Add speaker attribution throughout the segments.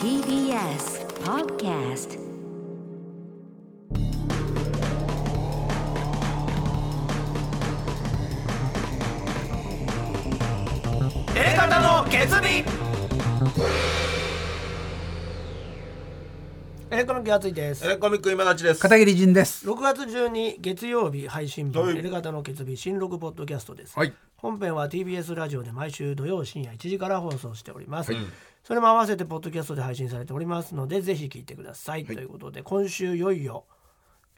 Speaker 1: TBS Podcast
Speaker 2: 方の決意
Speaker 3: エレカの気がついです。
Speaker 2: コミック今立ちです
Speaker 4: 片桐仁です。
Speaker 3: 6月12月曜日配信分、
Speaker 2: はい
Speaker 3: エレガタの決日新録ポッドキャストです、
Speaker 4: はい
Speaker 3: 本編は TBS ラジオで毎週土曜深夜1時から放送しております、それも合わせてポッドキャストで配信されておりますのでぜひ聞いてください、ということで今週いよいよ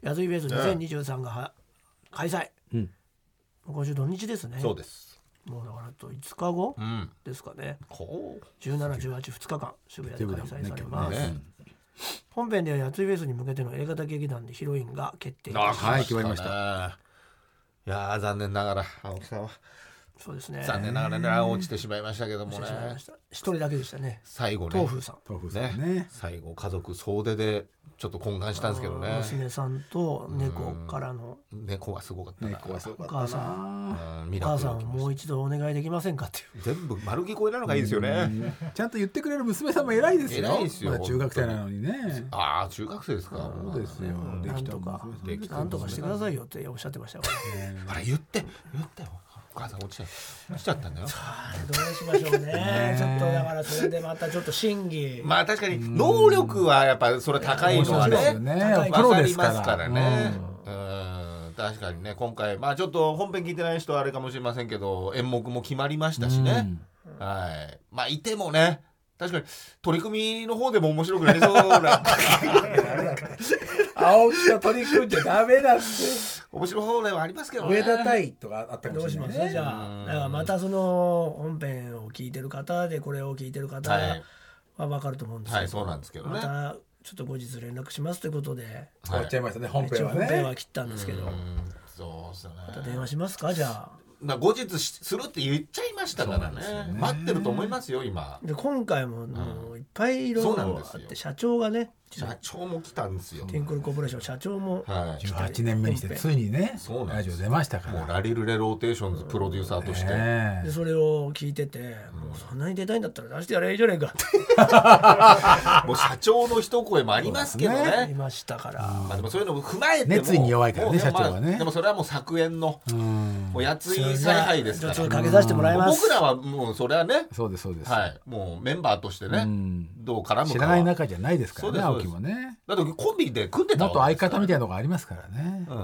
Speaker 3: やずいベース2023がは開催、
Speaker 4: うん
Speaker 3: 今週土日ですね
Speaker 2: そうです
Speaker 3: もうだからあと5日後
Speaker 2: うん
Speaker 3: ですかね、
Speaker 2: こ
Speaker 3: 1718日間渋谷で開催され
Speaker 2: う
Speaker 3: ます、本編ではやついフェスに向けての映画型劇団でヒロインが決定
Speaker 4: はい決まりました
Speaker 2: いやー残念ながら青木さんは
Speaker 3: そうですね
Speaker 2: 残念ながらね落ちてしまいましたけどもね
Speaker 3: 失礼しました一人だけでしたね
Speaker 2: 最後ね
Speaker 3: 豆腐さん、
Speaker 4: 豆腐さん
Speaker 2: ね
Speaker 4: ね
Speaker 2: 最後家族総出でちょっと懇願したんですけどね
Speaker 3: 娘さんと猫からの
Speaker 2: 猫はすごかったな
Speaker 4: 猫はすご
Speaker 3: お
Speaker 4: か
Speaker 3: 母
Speaker 4: った
Speaker 3: さん
Speaker 4: な。
Speaker 2: うんミ
Speaker 3: お
Speaker 2: ラ
Speaker 3: 母
Speaker 2: クル
Speaker 3: さん
Speaker 2: が起きまし
Speaker 3: もう一度お願いできませんかっていう
Speaker 2: た全部丸聞こえなのがいいですよね
Speaker 4: ちゃんと言ってくれる娘さんも偉いですよ。
Speaker 2: 偉いですよ
Speaker 4: まだ中学生なのにね。
Speaker 2: ああ中学生ですか
Speaker 4: そうですよ。で
Speaker 3: な
Speaker 4: き
Speaker 3: ん
Speaker 4: た
Speaker 3: とか
Speaker 4: 娘さん
Speaker 2: できた
Speaker 3: なんとかしてくださいよっておっしゃってましたよ
Speaker 2: あれ言って言ってよお母さん落ちちゃう落ちちゃったんだよ
Speaker 3: どうしましょうねちょっとだからそれでまたちょっと審議
Speaker 2: まあ確かに能力はやっぱそれ高いのは
Speaker 4: そうです
Speaker 2: ね
Speaker 4: よね。プ
Speaker 2: わ
Speaker 4: ロ
Speaker 2: か
Speaker 4: で
Speaker 2: り
Speaker 4: すか。
Speaker 2: ますかららね。うん確かにね今回まあちょっと本編聞いてない人はあれかもしれませんけど演目も決まりましたしね、はいまあいてもね確かに取り組みの方でも面白くなりそうな
Speaker 4: 青木が取り組んじゃダメだって。
Speaker 2: 面白い方ではありますけどね
Speaker 4: 上田対とかあったか
Speaker 3: ど
Speaker 4: も
Speaker 3: う
Speaker 4: し
Speaker 3: し
Speaker 4: れな
Speaker 3: ま
Speaker 4: い
Speaker 3: すじ
Speaker 4: ね。
Speaker 3: ゃあだからまたその本編を聞いてる方でこれを聞いてる方
Speaker 2: はい
Speaker 3: は分かると思うんですけど、
Speaker 2: はいそうなんですけど
Speaker 3: ま
Speaker 2: ね、
Speaker 3: たちょっと後日連絡しますということで
Speaker 2: はい
Speaker 4: 終わっちゃいましたね。本
Speaker 3: 一
Speaker 4: 編
Speaker 3: 応
Speaker 4: は
Speaker 3: 本編は
Speaker 4: ね。
Speaker 3: 切ったんですけど
Speaker 2: うんそうですよね
Speaker 3: また電話しますかじゃあ
Speaker 2: まあ後日しするって言っちゃいましたからね待ってると思いますよ今
Speaker 3: で今回ももういっぱいいろい
Speaker 2: そうなん
Speaker 3: ろ
Speaker 2: です
Speaker 3: あっ
Speaker 2: よ
Speaker 3: て社長がね
Speaker 2: 社長も来たんですよ
Speaker 3: テンクルコーポレーション社長も
Speaker 2: はい
Speaker 4: 18年目にしてついにね
Speaker 2: そう、なん
Speaker 4: ラ
Speaker 2: です
Speaker 4: ジオ出ましたか
Speaker 2: もう
Speaker 4: ら。
Speaker 2: ラリルレローテーションズプロデューサーとして、
Speaker 4: ね
Speaker 3: でそれを聞いててもうそんなに出たいんだったら出してやればいいじゃねえかって
Speaker 2: もう社長の一声もありますけどね。
Speaker 3: 言いましたから
Speaker 2: まあでもそういうのも踏まえても
Speaker 4: 熱意に弱いからね
Speaker 2: もうでもまあ
Speaker 4: 社長はね
Speaker 2: でもそれはもう昨年の
Speaker 4: うん。
Speaker 2: もうやつい采配ですか
Speaker 3: ちょっと
Speaker 2: ら。
Speaker 3: かけさせてもらいます
Speaker 2: 僕らはもうそれはね、
Speaker 4: そうですそうです。
Speaker 2: はい、もうメンバーとしてね、
Speaker 4: うん
Speaker 2: どう絡むかは
Speaker 4: 知らない仲じゃないですからね。
Speaker 2: そう
Speaker 4: 青
Speaker 2: です
Speaker 4: 木
Speaker 2: そう
Speaker 4: も
Speaker 2: です
Speaker 4: ね。
Speaker 2: だってコンビで組んでた
Speaker 4: 元
Speaker 2: わけです
Speaker 4: 相
Speaker 2: から
Speaker 4: 方みたいなのがありますからね。
Speaker 2: うん、う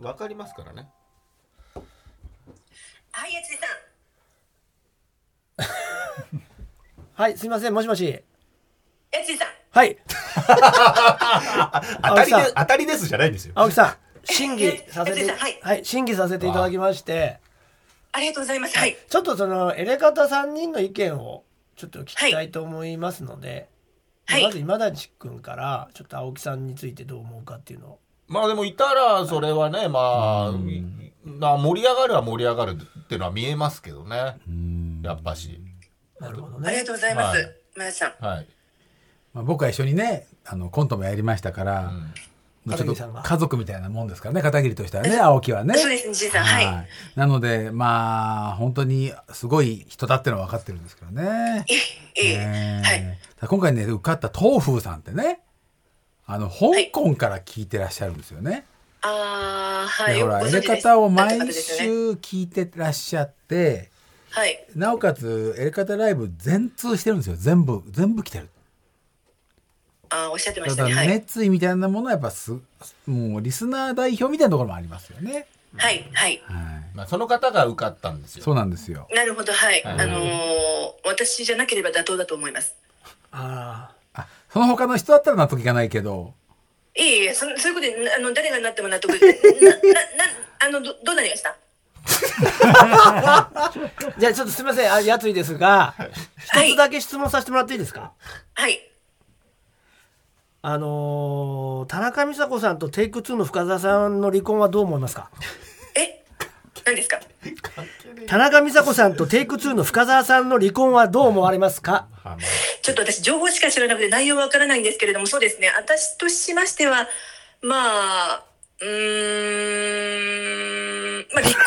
Speaker 2: ん、わかりますからね。
Speaker 5: はい、やついさん。
Speaker 3: はいすいませんもしもし
Speaker 5: やついさん。
Speaker 3: はい
Speaker 2: 当たりで
Speaker 3: 青木さん
Speaker 2: 当たりですじゃないんですよ。
Speaker 3: 青木さん審議させて
Speaker 5: はい
Speaker 3: はい審議させていただきまして
Speaker 5: ありがとうございます。はい。
Speaker 3: ちょっとそのエレカタ3人の意見をちょっと聞きたいと思いますので、
Speaker 5: はい
Speaker 3: まず今立君からちょっと青木さんについてどう思うかっていうのを
Speaker 2: まあでもいたらそれはねまあ、まあ盛り上がるは盛り上がるっていうのは見えますけどね、やっぱし、
Speaker 3: なるほど
Speaker 5: ありが
Speaker 3: ね
Speaker 5: とうございま
Speaker 2: は
Speaker 5: す
Speaker 2: い。
Speaker 5: 村田さん。
Speaker 2: はい、
Speaker 4: まあ、僕は一緒にねあのコントもやりましたから、もうち
Speaker 3: 片
Speaker 4: ょっ
Speaker 3: 桐さん
Speaker 4: と
Speaker 3: が
Speaker 4: 家族みたいなもんですからね片桐としてはね青木はね。
Speaker 5: そうですね、じいさん。はい。
Speaker 4: なのでまあ本当にすごい人だってのは分かってるんですけどね。
Speaker 5: ええ
Speaker 4: ね
Speaker 5: はい。
Speaker 4: ただ今回ね受かった東風さんってねあの香
Speaker 5: い
Speaker 4: 港から聞いてらっしゃるんですよね。
Speaker 5: ああ、はい。
Speaker 4: でほら
Speaker 5: よくご
Speaker 4: 入
Speaker 5: 存
Speaker 4: れ
Speaker 5: 知です
Speaker 4: 方を
Speaker 5: なん
Speaker 4: 毎
Speaker 5: て方ですよね
Speaker 4: 週聞いてらっしゃって。
Speaker 5: はい。
Speaker 4: なおかつ、エレカタライブ全通してるんですよ。全部、全部来てる。
Speaker 5: ああ、おっしゃってま
Speaker 4: た
Speaker 5: した
Speaker 4: だ
Speaker 5: ね。はい。
Speaker 4: 熱意みたいなものはやっぱす、もうリスナー代表みたいなところもありますよね。
Speaker 5: はい。はい。
Speaker 4: は
Speaker 2: まあその方が受かったんです
Speaker 4: い。
Speaker 2: よ
Speaker 4: そうなんですよ。
Speaker 5: なるほど、はい。
Speaker 2: はい
Speaker 5: あのー、私じゃなければ妥当だと思います。
Speaker 3: あ
Speaker 4: あ、その他の人だったら納得いかないけど、
Speaker 5: いえいえ、そそういうことで、なあの、誰がなっても納得。な、 な、なあの、ど、どうなりました
Speaker 3: ーじゃあちょっとすみませんあやついですが
Speaker 5: はい
Speaker 3: 一つだけ質問させてもらっていいですか、
Speaker 5: はい。
Speaker 3: あのー田中美佐子さんとテイク2の深澤さんの離婚はどう思いますか
Speaker 5: え何ですか
Speaker 3: 田中美佐子さんとテイク2の深澤さんの離婚はどう思われますか
Speaker 2: あの
Speaker 5: ちょっと私、情報しか知らなくて内容はわからないんですけれども、そうですね。私としましては、まあ、うーん、まあ、離婚。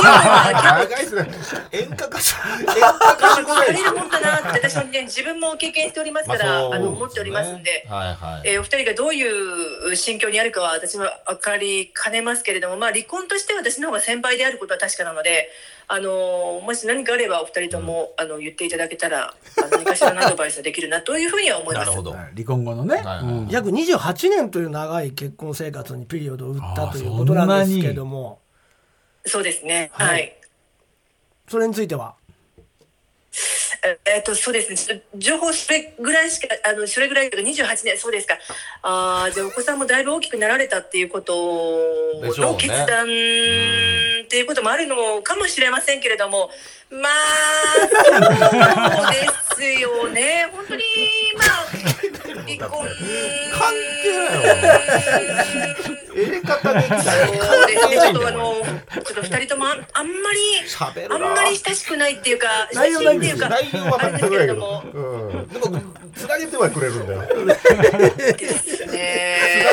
Speaker 2: 長いですね。演歌歌手、演歌歌
Speaker 5: されるもんだなって私もね自分も経験しており ますから、
Speaker 2: そう
Speaker 5: あの思っておりますんで。
Speaker 2: はいはい。
Speaker 5: えーお二人がどういう心境にあるかは私は分かりかねますけれども、まあ、離婚としては私の方が先輩であることは確かなので、あのーもし何かあればお二人とも、あの言っていただけたらあの何かしらのアドバイスができるなというふうには思い
Speaker 2: な
Speaker 5: ま
Speaker 2: る
Speaker 5: す
Speaker 2: ほ。ど。
Speaker 4: 離婚後のね、
Speaker 2: はい
Speaker 4: うん
Speaker 3: 約28年という長い結婚生活にピリオドを打った
Speaker 4: あー
Speaker 3: ということなんですけども
Speaker 5: そうですね、
Speaker 3: はい
Speaker 5: はい
Speaker 3: それについては
Speaker 5: ええっと、そうですねちょっと。情報それぐらいしか、あの、それぐらいだけど、28年、そうですか。ああ、じゃあお子さんもだいぶ大きくなられたっていうこと
Speaker 2: でしょう
Speaker 5: の
Speaker 2: ね
Speaker 5: 決断っていうこともあるのかもしれませんけれども、まあ、そうですよね。本当に、まあ、離婚。
Speaker 2: 関入れ方できたよ。
Speaker 5: そうですね。ちょっとあの、ちょっと二人ともあんあんまり、
Speaker 2: 喋るな
Speaker 5: あんまり親しくないっていうか、
Speaker 3: 内容
Speaker 5: 親し
Speaker 3: ない
Speaker 5: い
Speaker 3: ん
Speaker 5: っ
Speaker 3: ですよ
Speaker 5: ていうか、
Speaker 2: 内容は
Speaker 5: あ
Speaker 2: 全
Speaker 5: れです
Speaker 2: く
Speaker 5: け
Speaker 2: な
Speaker 5: れ
Speaker 2: いけ
Speaker 5: ど
Speaker 2: ど
Speaker 5: も。。
Speaker 2: うん。でも、つなげてはくれるんだよ。
Speaker 5: で すね。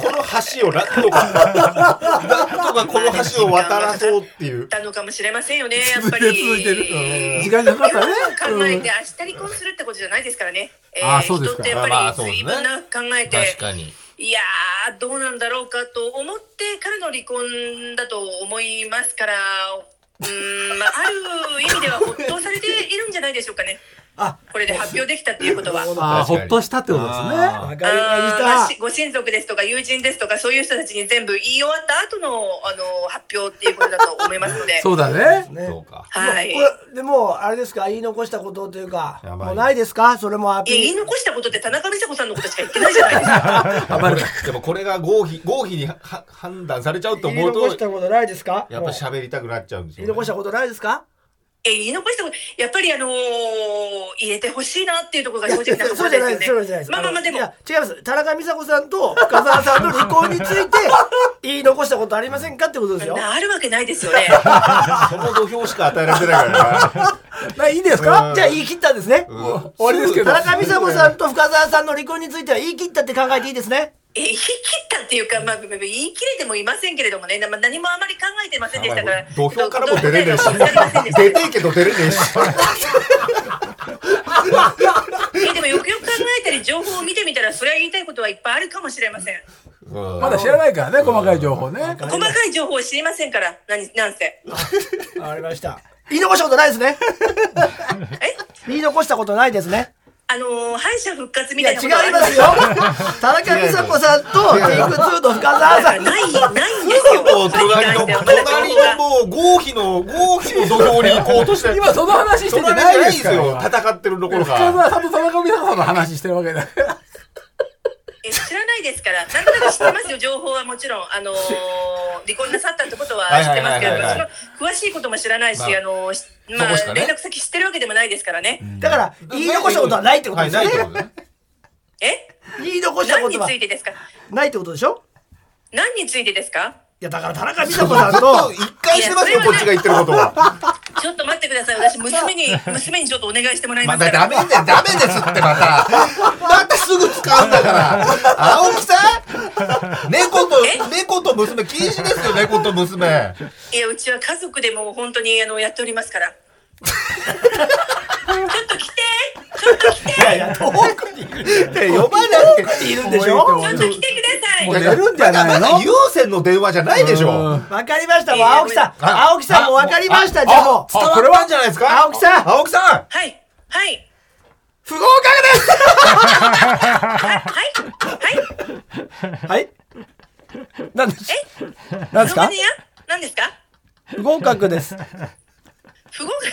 Speaker 2: この橋をなんとか、なんとかこの橋を渡らそうっていう。
Speaker 5: たのかもしれませんよね、やっぱり。
Speaker 4: 続いてる
Speaker 5: うん
Speaker 4: 時間かかったね
Speaker 5: 考えて、明日離婚するってことじゃないですからね。え
Speaker 4: あーそうですか
Speaker 5: 人ってやっ
Speaker 2: まあまあ
Speaker 5: ぱ
Speaker 2: そうで
Speaker 5: り
Speaker 2: す
Speaker 5: 随
Speaker 2: ね
Speaker 5: 分な考えて、
Speaker 2: に。
Speaker 5: いやー、どうなんだろうかと思ってからの離婚だと思いますから、うーん、まあ、ある意味ではほっとされているんじゃないでしょうかね。
Speaker 3: あ
Speaker 5: これで発表できたっていうことは。
Speaker 4: あー
Speaker 2: 確
Speaker 4: ほ
Speaker 2: か
Speaker 4: っ
Speaker 2: に
Speaker 4: としたってことですね
Speaker 2: あー
Speaker 3: わかりま
Speaker 5: あーまあ
Speaker 3: し
Speaker 5: しご親族ですとか友人ですとかそういう人たちに全部言い終わった後のあの発表っていうことだと思いますので
Speaker 4: 。そうだね
Speaker 3: たね
Speaker 2: そうか。
Speaker 5: はい。
Speaker 3: もうこれでもあれですか言い残したことというか
Speaker 2: やばい
Speaker 3: もうないですかそれもア
Speaker 5: いや言
Speaker 3: ピ
Speaker 5: い
Speaker 3: ール
Speaker 5: 残したことって田中美佐子さんのことしか言ってないじゃないですか。
Speaker 2: 暴れた。でもこれが合否、合否にはは判断されちゃうと
Speaker 3: 言い
Speaker 2: 思うと、
Speaker 3: 残し
Speaker 2: や
Speaker 3: たことないですか
Speaker 2: っぱ
Speaker 3: もう
Speaker 2: 喋りたくなっちゃうんです
Speaker 3: 言い
Speaker 2: よね
Speaker 3: 残。したことないですか
Speaker 5: え言い残したこと、やっぱりあのー入れてほしいなっていうところが正直なとこ
Speaker 3: そう
Speaker 5: ろ
Speaker 3: じ
Speaker 5: で
Speaker 3: ゃ
Speaker 5: す
Speaker 3: ない
Speaker 5: よ
Speaker 3: です。
Speaker 5: ね。
Speaker 3: そうじゃないです。
Speaker 5: まあまあまあでも
Speaker 3: い、や違います。田中美佐子さんと深澤さんの離婚について言い残したことありませんかってことですよ。
Speaker 5: なるわけないですよね。
Speaker 2: その土俵しか与えられてないからな。
Speaker 3: まあいいです
Speaker 2: う
Speaker 3: か
Speaker 2: ん
Speaker 3: じゃあ言い切ったんですね。
Speaker 2: ん
Speaker 3: もう終わりですけど。
Speaker 2: そう
Speaker 3: 田中美佐子さんと深澤さんの離婚については言い切ったって考えていいですね。
Speaker 5: え言い切ったっていうか、まあ、言い切れてもいませんけれどもね、まあ、何もあまり考えてませんでしたから、
Speaker 2: 土俵からも出れねえし
Speaker 5: どうなるかわかりませんでし、た
Speaker 2: 出てえけど出れねえし。
Speaker 5: えでもよくよく考えたり情報を見てみたらそれは言いたいことはいっぱいあるかもしれません
Speaker 2: うん
Speaker 4: まだ知らないからね細かい情報ね
Speaker 5: 細かい情報を知りませんから何なんせ
Speaker 3: わかりました。言い残したことないです ね。
Speaker 5: え
Speaker 3: 言い残したことないですね。
Speaker 5: あのー敗者復活み
Speaker 3: い
Speaker 5: た
Speaker 3: や
Speaker 5: い
Speaker 3: 違
Speaker 5: ないことは
Speaker 3: ますよ。 田中美佐子さんと
Speaker 2: 違う
Speaker 3: テイ
Speaker 2: よ
Speaker 3: ク2の深澤さん。
Speaker 5: ないないんですよ
Speaker 2: もう隣の、隣のもう合否の、合否の土俵に行こうとして。
Speaker 4: 今その話して
Speaker 2: そ
Speaker 4: ん
Speaker 2: ん
Speaker 4: じゃ
Speaker 2: な
Speaker 4: ない
Speaker 2: 話
Speaker 4: で
Speaker 2: ないで
Speaker 4: す
Speaker 2: す
Speaker 4: から
Speaker 2: よ。戦ってるところ
Speaker 4: 深
Speaker 2: が。
Speaker 4: 澤さんと田中美奈子さんの話してるわ けだから
Speaker 5: え知らないですから、なんとなく知ってますよ、情報はもちろん、あのー離婚なさったってことは知ってますけど、
Speaker 2: はいはいはいはい
Speaker 5: その詳しいことも知らないし、
Speaker 2: ま
Speaker 5: あ
Speaker 2: あ
Speaker 5: のーし
Speaker 2: そ
Speaker 5: ま
Speaker 2: こしか
Speaker 5: あ、
Speaker 2: ね
Speaker 5: 連絡先知ってるわけでもないですからね。
Speaker 3: だから言い残したことはないってことですよ
Speaker 2: はいないって
Speaker 3: ね
Speaker 2: こ。とね。
Speaker 5: え
Speaker 3: 言い残した
Speaker 5: 何
Speaker 3: こ
Speaker 5: に
Speaker 3: とは
Speaker 5: ついてですか
Speaker 3: ないってことでしょ
Speaker 5: 何についてですか
Speaker 3: いやだから田中美佐子さんと。
Speaker 2: 一回してますよ、こっちが言ってることは。
Speaker 5: ちょっと待ってください、私、娘に、娘にちょっとお願いしてもらいま
Speaker 2: ますた
Speaker 5: から。
Speaker 2: ダメで、ダメですってまた。またすぐ使うんだから。青木さん猫と、猫と娘禁止ですよ、猫と娘。
Speaker 5: いや、うちは家族でもう本当にあのやっておりますから。ちょっと来てちょっと来て
Speaker 2: いやいや、遠くにいる。呼ばなくてい
Speaker 3: いるんでしょ
Speaker 5: ちょっと来てく
Speaker 4: もう
Speaker 5: ださい
Speaker 4: 寝るんじゃないの
Speaker 2: まだまだ有線の電話じゃないでし
Speaker 4: う
Speaker 2: ょ
Speaker 4: ん。
Speaker 3: わかりました。
Speaker 5: い
Speaker 3: もう
Speaker 5: や
Speaker 3: 青木さん。
Speaker 2: あ
Speaker 3: 青木さんもわかりました。
Speaker 2: あ
Speaker 3: じゃあもう。
Speaker 2: あこれはあるんじゃないですか
Speaker 3: 青木さん
Speaker 2: 青木さん
Speaker 5: はいはい
Speaker 2: 不合格です
Speaker 5: はいはい
Speaker 3: はい。
Speaker 4: なんで
Speaker 5: え
Speaker 4: なんですか
Speaker 5: ロマニア何ですか
Speaker 3: 不合格です。
Speaker 5: 不合格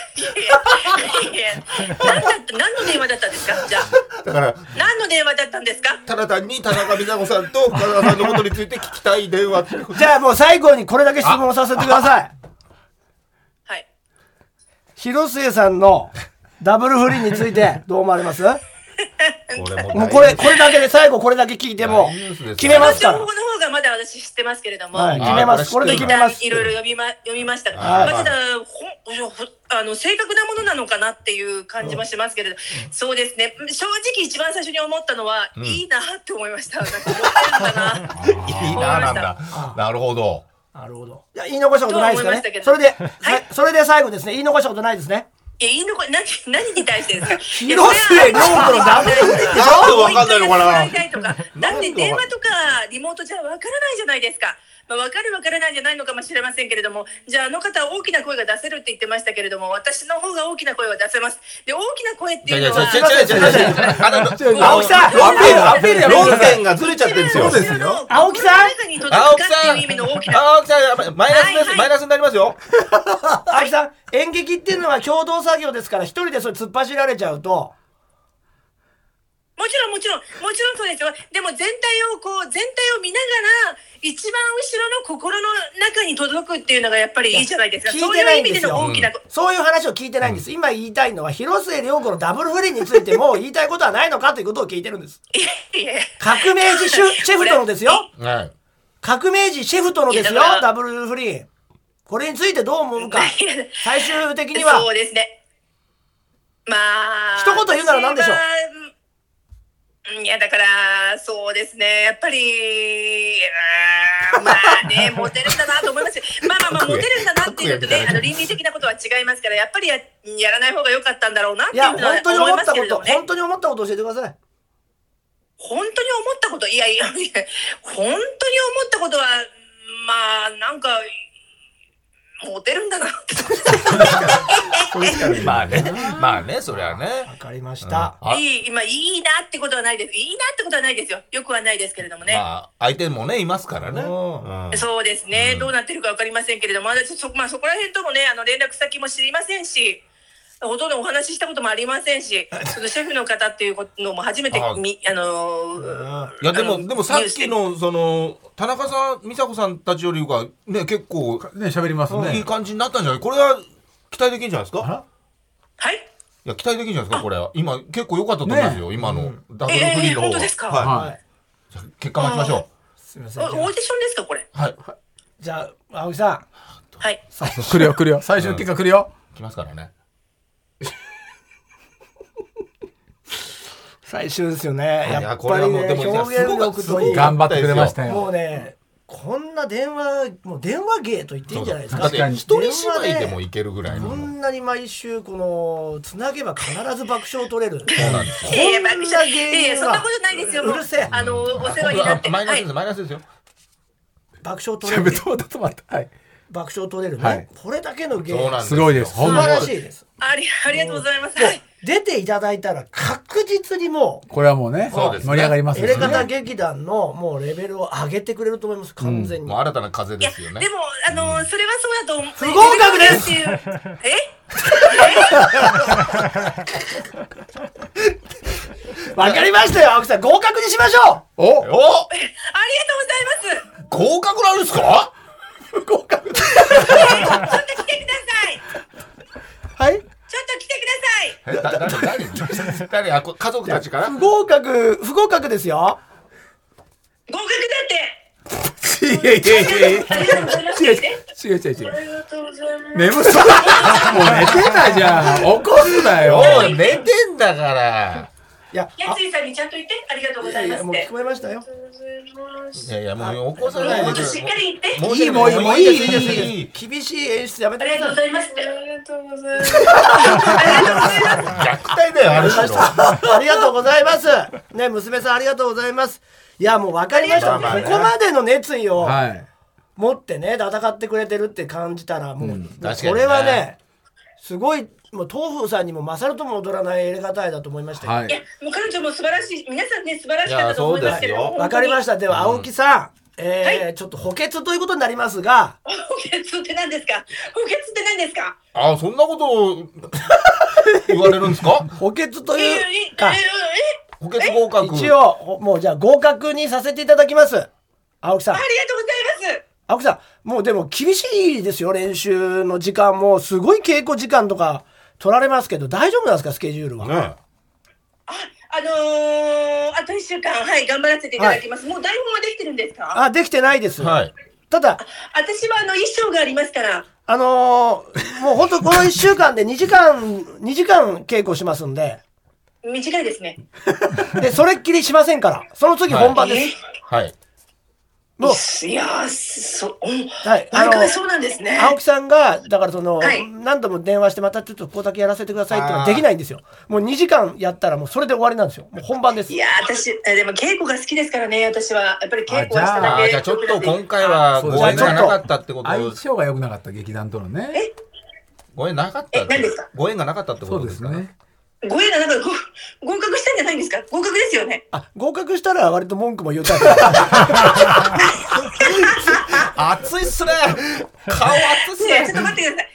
Speaker 5: いやいや何だった何の電話だったんですかじゃあ
Speaker 2: だから、
Speaker 5: 何の電話だったんですか
Speaker 2: ただ単に田中美奈子さんと深澤さんのことについて聞きたい電話ってこと
Speaker 3: じゃあもう最後にこれだけ質問させてください。
Speaker 5: はい
Speaker 3: 広末さんのダブル不倫についてどう思われます
Speaker 2: これも
Speaker 3: もうこれ、これだけで最後これだけ聞いても
Speaker 2: 大ニュースですね
Speaker 3: 決め
Speaker 5: こ
Speaker 3: ま
Speaker 5: の
Speaker 3: すか
Speaker 5: 情報
Speaker 3: ら
Speaker 5: の。方がまだ私知ってますけれども、
Speaker 3: はい、
Speaker 2: あ
Speaker 3: 決めます。こ
Speaker 2: こ
Speaker 3: れ
Speaker 2: れ
Speaker 3: で
Speaker 2: 知っ
Speaker 3: 決
Speaker 2: てる
Speaker 3: めます。
Speaker 5: いろいろ読みま読みましたが、
Speaker 2: はい
Speaker 5: まあ、ただほんほほあの正確なものなのかなっていう感じもしますけれど、そうですね正直一番最初に思ったのは、いいなって思いましたなんか思ってるのかな
Speaker 2: いいな、なんだ。なるほど。
Speaker 3: なるほど。いや、言い残したことないですか
Speaker 5: とは思いましたけ
Speaker 3: ね。そ
Speaker 5: ど
Speaker 3: れで、
Speaker 5: はい
Speaker 3: それで最後ですね。言い残したことないですね。
Speaker 5: や、いいのか、何、何に対してですか
Speaker 3: 広末涼子のダメ
Speaker 2: なんでわかんないのかな
Speaker 5: なだって電話とかリモートじゃわからないじゃないですか。まあ、わかるわからないじゃないのかもしれませんけれども、じゃああの方は大きな声が出せるって言ってましたけれども、私の方が大きな声は出せます。で、大きな声っていうのは、
Speaker 3: 青木さん
Speaker 2: ア
Speaker 3: ア
Speaker 2: ピ
Speaker 3: ピールアピールやめてくださ
Speaker 2: ールアピールやめてください論点がずれちゃってるんですよ
Speaker 3: そうですよ
Speaker 5: 青木さん。中に届くか
Speaker 2: 青木
Speaker 5: っ
Speaker 2: さん
Speaker 5: ていう意味の大きな。
Speaker 2: 青木さんやばいマイナスです、
Speaker 5: はいはい
Speaker 2: マイナスになりますよ
Speaker 3: 青木さん演劇っていうのは共同作業ですから一人でそれ突っ走られちゃうと
Speaker 5: もちろんもちろんもちろんそうですよでも全体をこう全体を見ながら一番後ろの心の中に届くっていうのがやっぱりいいじゃないですか
Speaker 3: 聞い
Speaker 5: そう
Speaker 3: てないい
Speaker 5: うん
Speaker 3: で
Speaker 5: 意味
Speaker 3: す
Speaker 5: で
Speaker 3: よ
Speaker 5: の大きな、
Speaker 3: そういう話を聞いてないんです、今言いたいのは広末涼子のダブル不倫についてもう言いたいことはないのかということを聞いてるんです
Speaker 5: いやいや
Speaker 3: 革命児シェフシェフ殿ですよ
Speaker 2: はい
Speaker 3: 革命児シェフ殿です
Speaker 5: い
Speaker 3: よ
Speaker 5: やだから
Speaker 3: ダブル不倫これについてどう思うか
Speaker 5: いや
Speaker 3: 最終的に
Speaker 5: そう
Speaker 3: は
Speaker 5: ですねまあ
Speaker 3: 一言言うなら何でしょう
Speaker 5: 私はうんいやだからそうですねやっぱりうーんま あねモテるんだなと思いますまあまあまあモテるんだなっていうのとねあの倫理的なことは違いますからやっぱりややらない方が良かったんだろうなって
Speaker 3: い
Speaker 5: いう
Speaker 3: や
Speaker 5: のは
Speaker 3: 本当に
Speaker 5: 思
Speaker 3: 思
Speaker 5: い
Speaker 3: っ
Speaker 5: ま
Speaker 3: た
Speaker 5: すけ
Speaker 3: こ
Speaker 5: れど
Speaker 3: と
Speaker 5: もね
Speaker 3: 本当に思ったこと教えてください
Speaker 5: 本当に思ったこといやいやいや本当に思ったことはまあなんかモテるんだなって
Speaker 2: まあねまあねそりゃね
Speaker 3: わかりました、
Speaker 2: あ
Speaker 5: いい今いいなってことはないですいいなってことはないですよよくはないですけれどもね、
Speaker 2: まあ相手もねいますからね、
Speaker 3: うん
Speaker 2: うん
Speaker 5: そうですね、どうなってるか分かりませんけれども、私そ,、まあ、そこら辺ともね、あの連絡先も知りませんし、ほとんどお話ししたこともありませんし、そのシェフの方っていうのも初めて
Speaker 2: あ
Speaker 5: み、あのー
Speaker 2: いやで
Speaker 5: あ
Speaker 2: も
Speaker 5: の
Speaker 2: でもさっきのその田中さん美佐子さんたちよりはね結構
Speaker 4: ね喋ります
Speaker 2: いい
Speaker 4: ね。
Speaker 2: 感じになったんじゃないこれは期待できるんじゃないです
Speaker 4: あ
Speaker 2: から
Speaker 5: はい、
Speaker 2: いや期待できるんじゃないですかこれは今結構良かったと思いますよ、今のダブルフリーの
Speaker 5: えー
Speaker 2: 方
Speaker 5: 本
Speaker 2: は、
Speaker 5: 当ですか
Speaker 2: はい
Speaker 4: は
Speaker 3: はい
Speaker 4: い。
Speaker 2: じゃあ結果待ちましょ
Speaker 3: すみま
Speaker 5: お
Speaker 3: せん
Speaker 5: オーディションですか、これ。
Speaker 2: うはい
Speaker 3: じゃあ青木さん
Speaker 5: はい、
Speaker 4: そうそう来るよ来るよ。最終結果来るよ。
Speaker 2: 来ますからね
Speaker 3: 最終ですよね。
Speaker 2: い
Speaker 3: や
Speaker 2: や
Speaker 3: っ
Speaker 2: これ
Speaker 3: ぱ
Speaker 2: は
Speaker 3: り
Speaker 2: もう
Speaker 3: ね、
Speaker 2: でもいや
Speaker 3: 表現力
Speaker 2: すご
Speaker 3: と
Speaker 2: か
Speaker 3: い
Speaker 2: っ
Speaker 3: い。
Speaker 2: た
Speaker 4: 頑張ってくれました
Speaker 3: もう
Speaker 4: よ。
Speaker 3: ね、こんな電話、もう電話芸と言っていいんじゃないです
Speaker 2: だ
Speaker 3: か
Speaker 2: っ。て
Speaker 4: 確かに
Speaker 2: 一人芝居でもいけるぐらいの
Speaker 3: こんなに毎週、この、つなげば必ず爆笑取れる。
Speaker 2: そうなんですよ
Speaker 5: いやいやまあ
Speaker 3: こんな芸
Speaker 5: いやいや
Speaker 3: 人
Speaker 5: そんな
Speaker 3: は
Speaker 5: ことないですよ、
Speaker 3: うるせえ
Speaker 5: もうあのお世話になって。
Speaker 2: マイナス
Speaker 5: は
Speaker 2: で
Speaker 5: い
Speaker 2: す、マイナスですよ
Speaker 3: 爆笑取れ
Speaker 4: 喋
Speaker 3: る
Speaker 4: っ。と待って止まった。はい。
Speaker 3: 爆笑取れる
Speaker 4: は
Speaker 3: ね
Speaker 4: い。
Speaker 3: これだけの芸、
Speaker 2: そうなんです
Speaker 3: 素
Speaker 2: よ
Speaker 4: すごいです。ほん
Speaker 3: 晴
Speaker 4: ま
Speaker 3: ら
Speaker 4: に
Speaker 3: しいです。
Speaker 5: ありありがとうございます。はい
Speaker 3: 出ていただいたら確実にもう、
Speaker 4: これはもうね、
Speaker 2: そうですね
Speaker 4: 盛り上がります
Speaker 3: エ
Speaker 4: よ
Speaker 3: レガタ
Speaker 4: ね。
Speaker 3: 劇団のもうレベルを上げてくれると思います、完全に
Speaker 2: もう。新たな風
Speaker 5: い
Speaker 2: で
Speaker 5: や、
Speaker 2: す
Speaker 5: で
Speaker 2: よ
Speaker 5: も
Speaker 2: ね、
Speaker 5: あのそれはそうだと思う。不
Speaker 3: 合格 です
Speaker 5: え
Speaker 3: わかりましたよ、青木さん。合格にしましょう
Speaker 4: お
Speaker 2: お
Speaker 5: ありがとうございます。
Speaker 2: 合格なんですか合格
Speaker 5: ちょっと来てくださ
Speaker 3: は
Speaker 5: い。
Speaker 3: い
Speaker 5: ちょっと来てください。
Speaker 2: えだ誰誰誰あこ家族たちから
Speaker 3: 不合格、不合格ですよ。
Speaker 5: 合格だって。
Speaker 4: いやいやいやいや。
Speaker 5: ありがとうございます。
Speaker 4: 違う違う違う違う違う。
Speaker 5: ありがとうございます。
Speaker 4: 眠そう。もう寝てたじゃん。起こすなよ。
Speaker 2: おい寝てんだから
Speaker 3: いや、
Speaker 5: やついさんにちゃんと言って、ありがとうご
Speaker 3: い
Speaker 5: ざ
Speaker 3: や
Speaker 5: い
Speaker 3: い
Speaker 5: ま
Speaker 3: や、
Speaker 5: すっ
Speaker 3: もう聞
Speaker 5: て。
Speaker 3: こえましたよ。
Speaker 2: いやいやもう起こさないで
Speaker 5: もっ
Speaker 2: く
Speaker 5: と
Speaker 2: だ
Speaker 5: し
Speaker 2: さ
Speaker 5: っかり言って。
Speaker 2: もう
Speaker 3: いい、もういい、もういいです、いいです、
Speaker 2: いい
Speaker 3: いいです。厳しい演出やめ
Speaker 5: あ
Speaker 3: て
Speaker 5: りがとうご
Speaker 3: く
Speaker 5: ざいますって。ありがとうございます。ありがとうございます。
Speaker 2: 虐待だよある種
Speaker 3: だ
Speaker 2: の
Speaker 3: さい。ありがとうございます。ね、娘さん、ありがとうございます。いや、もう分かりました。
Speaker 2: ありがとう
Speaker 3: ここまでの熱意を
Speaker 4: はい。
Speaker 3: 持ってね、戦ってくれてるって感じたら、もう、
Speaker 2: 確かにね
Speaker 3: これはね、すごい、もう、東風さんにも勝るとも踊らないエレガタイだと思いましたよ。
Speaker 4: はい
Speaker 5: や
Speaker 4: い。、
Speaker 5: もう彼女も素晴らしい。皆さんね、素晴らしかったと思いますけ
Speaker 2: いや
Speaker 5: ど。
Speaker 2: そう
Speaker 3: わかりまし。
Speaker 5: した
Speaker 3: では、青木さん、えーちょっと補欠ということになりますが、
Speaker 5: た。補欠って何ですか補欠って何ですか
Speaker 2: あそんなことを言われるんですか
Speaker 3: 補欠と
Speaker 5: え、え、え、
Speaker 3: いうか、
Speaker 5: え、
Speaker 2: 補欠合格
Speaker 3: 一応、ほもうじゃあ合格にさせていただきます。青木さん
Speaker 5: ありが。とうございます。
Speaker 3: 青木さん、もうでも厳しいですよ、練習の時間も。すごい稽古時間とか取られますけど、大丈夫なんですか、スケジュールは。
Speaker 2: ね
Speaker 5: あ、あのー、あと一週間、はい、頑張らせていただきます。もう台本はできてるんですか
Speaker 3: あ、できてないです。
Speaker 2: はい
Speaker 3: ただ、
Speaker 5: 私はあの衣装がありますから。
Speaker 3: あのーもう本当この1週間で2時間、2時間稽古しますんで、
Speaker 5: 短いですね。
Speaker 3: で、それっきりしませんから、その次本番です。
Speaker 5: え
Speaker 2: はい
Speaker 3: の、
Speaker 5: いやーそ、うん
Speaker 3: はい、あ
Speaker 5: 毎
Speaker 3: の
Speaker 5: 回そうなんですね。
Speaker 3: 青木さんがだからその、
Speaker 5: はい
Speaker 3: 何度も電話してまたちょっとここだけやらせてくださいってのはできないんですよもう2時間やったらもうそれで終わりなんですよもう本番です
Speaker 5: いやー私えでも稽古が好きですからね私はやっぱり稽古をしただけ
Speaker 2: あーじゃあちょっと今回は
Speaker 4: そう
Speaker 2: ご
Speaker 4: ですね
Speaker 2: 縁がなかったってこと
Speaker 4: 相性が良くなかった劇団とのね
Speaker 5: え
Speaker 2: ご縁なかったって
Speaker 5: え何ですか
Speaker 2: ご縁がなかったってこ
Speaker 4: そう
Speaker 2: とで
Speaker 4: で
Speaker 2: す
Speaker 4: す
Speaker 2: か
Speaker 4: ね
Speaker 5: ご縁がなんかご合格したんじゃないんですか合格ですよね
Speaker 3: あ合格したら割と文句も言うタイプ は
Speaker 2: 熱いっすね顔熱いっす
Speaker 5: いや
Speaker 2: ね
Speaker 5: ちょっと待ってください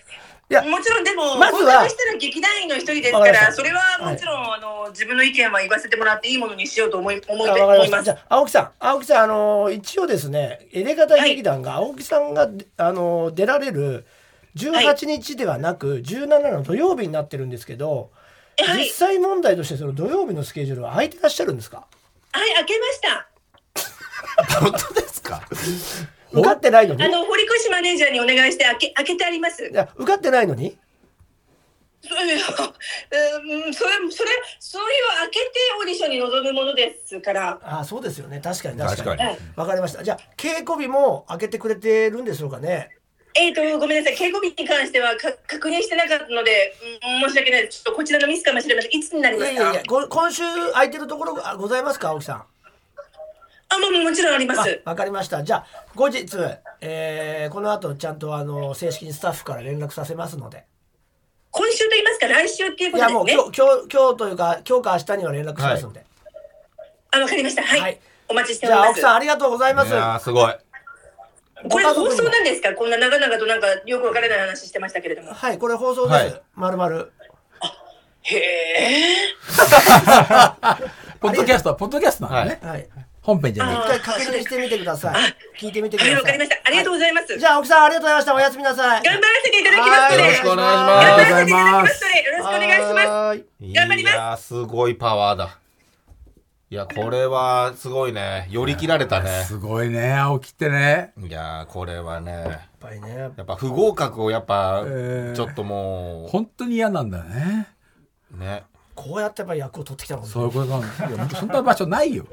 Speaker 3: いや
Speaker 5: もちろんでも、
Speaker 3: まずは
Speaker 5: 合格したら劇団員の一人です
Speaker 3: わ
Speaker 5: か
Speaker 3: かりました
Speaker 5: らそれはもちろん、あの自分の意見は言わせてもらっていいものにしようと思い思い
Speaker 3: あわかり
Speaker 5: 思
Speaker 3: ま
Speaker 5: い
Speaker 3: した
Speaker 5: ま
Speaker 3: じ
Speaker 5: す
Speaker 3: ゃあ青木さん青木さんあのー一応ですねエレガタ劇団が青木さんが、あのー出られる18日ではなく17の土曜日になってるんですけど、
Speaker 5: はい
Speaker 3: 実際問題としてその土曜日のスケジュールは空いてらっしゃるんですか
Speaker 5: はい開けました
Speaker 2: 本当ですか
Speaker 3: 受かってないのに
Speaker 5: あの堀越マネージャーにお願いして開け開けてあります
Speaker 3: いや受かってないのに
Speaker 5: そういうの うんそれそれそういう開けてオーディションに臨むものですから
Speaker 3: あそうですよね確かに
Speaker 2: 確かに
Speaker 5: はい
Speaker 3: わかりました。じゃあ稽古日も開けてくれてるんでしょうかね。
Speaker 5: えー、とごめんなさい、稽古日に関してはか確認してなかったので、うん申し訳ないです、ちょっとこちらのミスかもしれません、いつになり
Speaker 3: い
Speaker 5: ま
Speaker 3: やい
Speaker 5: すか
Speaker 3: やいや、こ今週空いてるところがございますか、青木さん。
Speaker 5: あもうもちろんありま
Speaker 3: あ
Speaker 5: す、
Speaker 3: わかりました。じゃあ後日、えーこの後ちゃんとあの正式にスタッフから連絡させますので。
Speaker 5: 今週と言いますか、来週っていう
Speaker 3: い
Speaker 5: こと
Speaker 3: や
Speaker 5: で
Speaker 3: も
Speaker 5: す
Speaker 3: う
Speaker 5: ね
Speaker 3: 今、日今日今日というか今日か明日には連絡しますので。
Speaker 5: あわかりました、はい、
Speaker 3: はい
Speaker 5: お待ちして
Speaker 3: じ
Speaker 5: お
Speaker 3: ゃ
Speaker 5: り
Speaker 3: あ
Speaker 5: ま
Speaker 3: 青木
Speaker 5: す
Speaker 3: さん。ありがとうございます
Speaker 2: い。やーすごい
Speaker 5: これ、
Speaker 3: ご家族に
Speaker 5: 放
Speaker 3: も
Speaker 5: 送なんですか、こんな長々となんかよくわからない話してましたけれども。
Speaker 3: はい、これ放送で
Speaker 2: は
Speaker 3: す
Speaker 2: い。
Speaker 3: まるまる。
Speaker 5: へえ、
Speaker 4: ポッドキャストはポッドキャストなんだね
Speaker 3: はい。
Speaker 4: 本編じゃ
Speaker 3: 一
Speaker 4: な
Speaker 3: 回確認してみてください。聞いてみてくだ
Speaker 5: は
Speaker 3: さい。
Speaker 5: い、わかりました、ありがとうございます。
Speaker 3: じゃあ青木さんありがとうございました。おやすみなさい。
Speaker 5: 頑張らせていただきますの
Speaker 2: は
Speaker 5: で、
Speaker 2: いよろしくお願いします
Speaker 5: 頑張
Speaker 4: あ
Speaker 3: は
Speaker 4: りがとうございま
Speaker 5: らせていただきますすので、よろしくお願いします。
Speaker 3: い
Speaker 5: 頑張ります
Speaker 2: いやーすごいパワーだいやこれはすごいね寄り切られたね
Speaker 4: いすごいね青木ってね
Speaker 2: いやーこれはね
Speaker 3: やっぱりね。
Speaker 2: やっぱ不合格をやっぱ
Speaker 4: えー
Speaker 2: ちょっとも
Speaker 4: 本当に嫌なんだね
Speaker 2: うね
Speaker 3: こうやってやっぱ役を取ってきたもんね。
Speaker 4: そういうことなんだいや本当そんな場所ないよ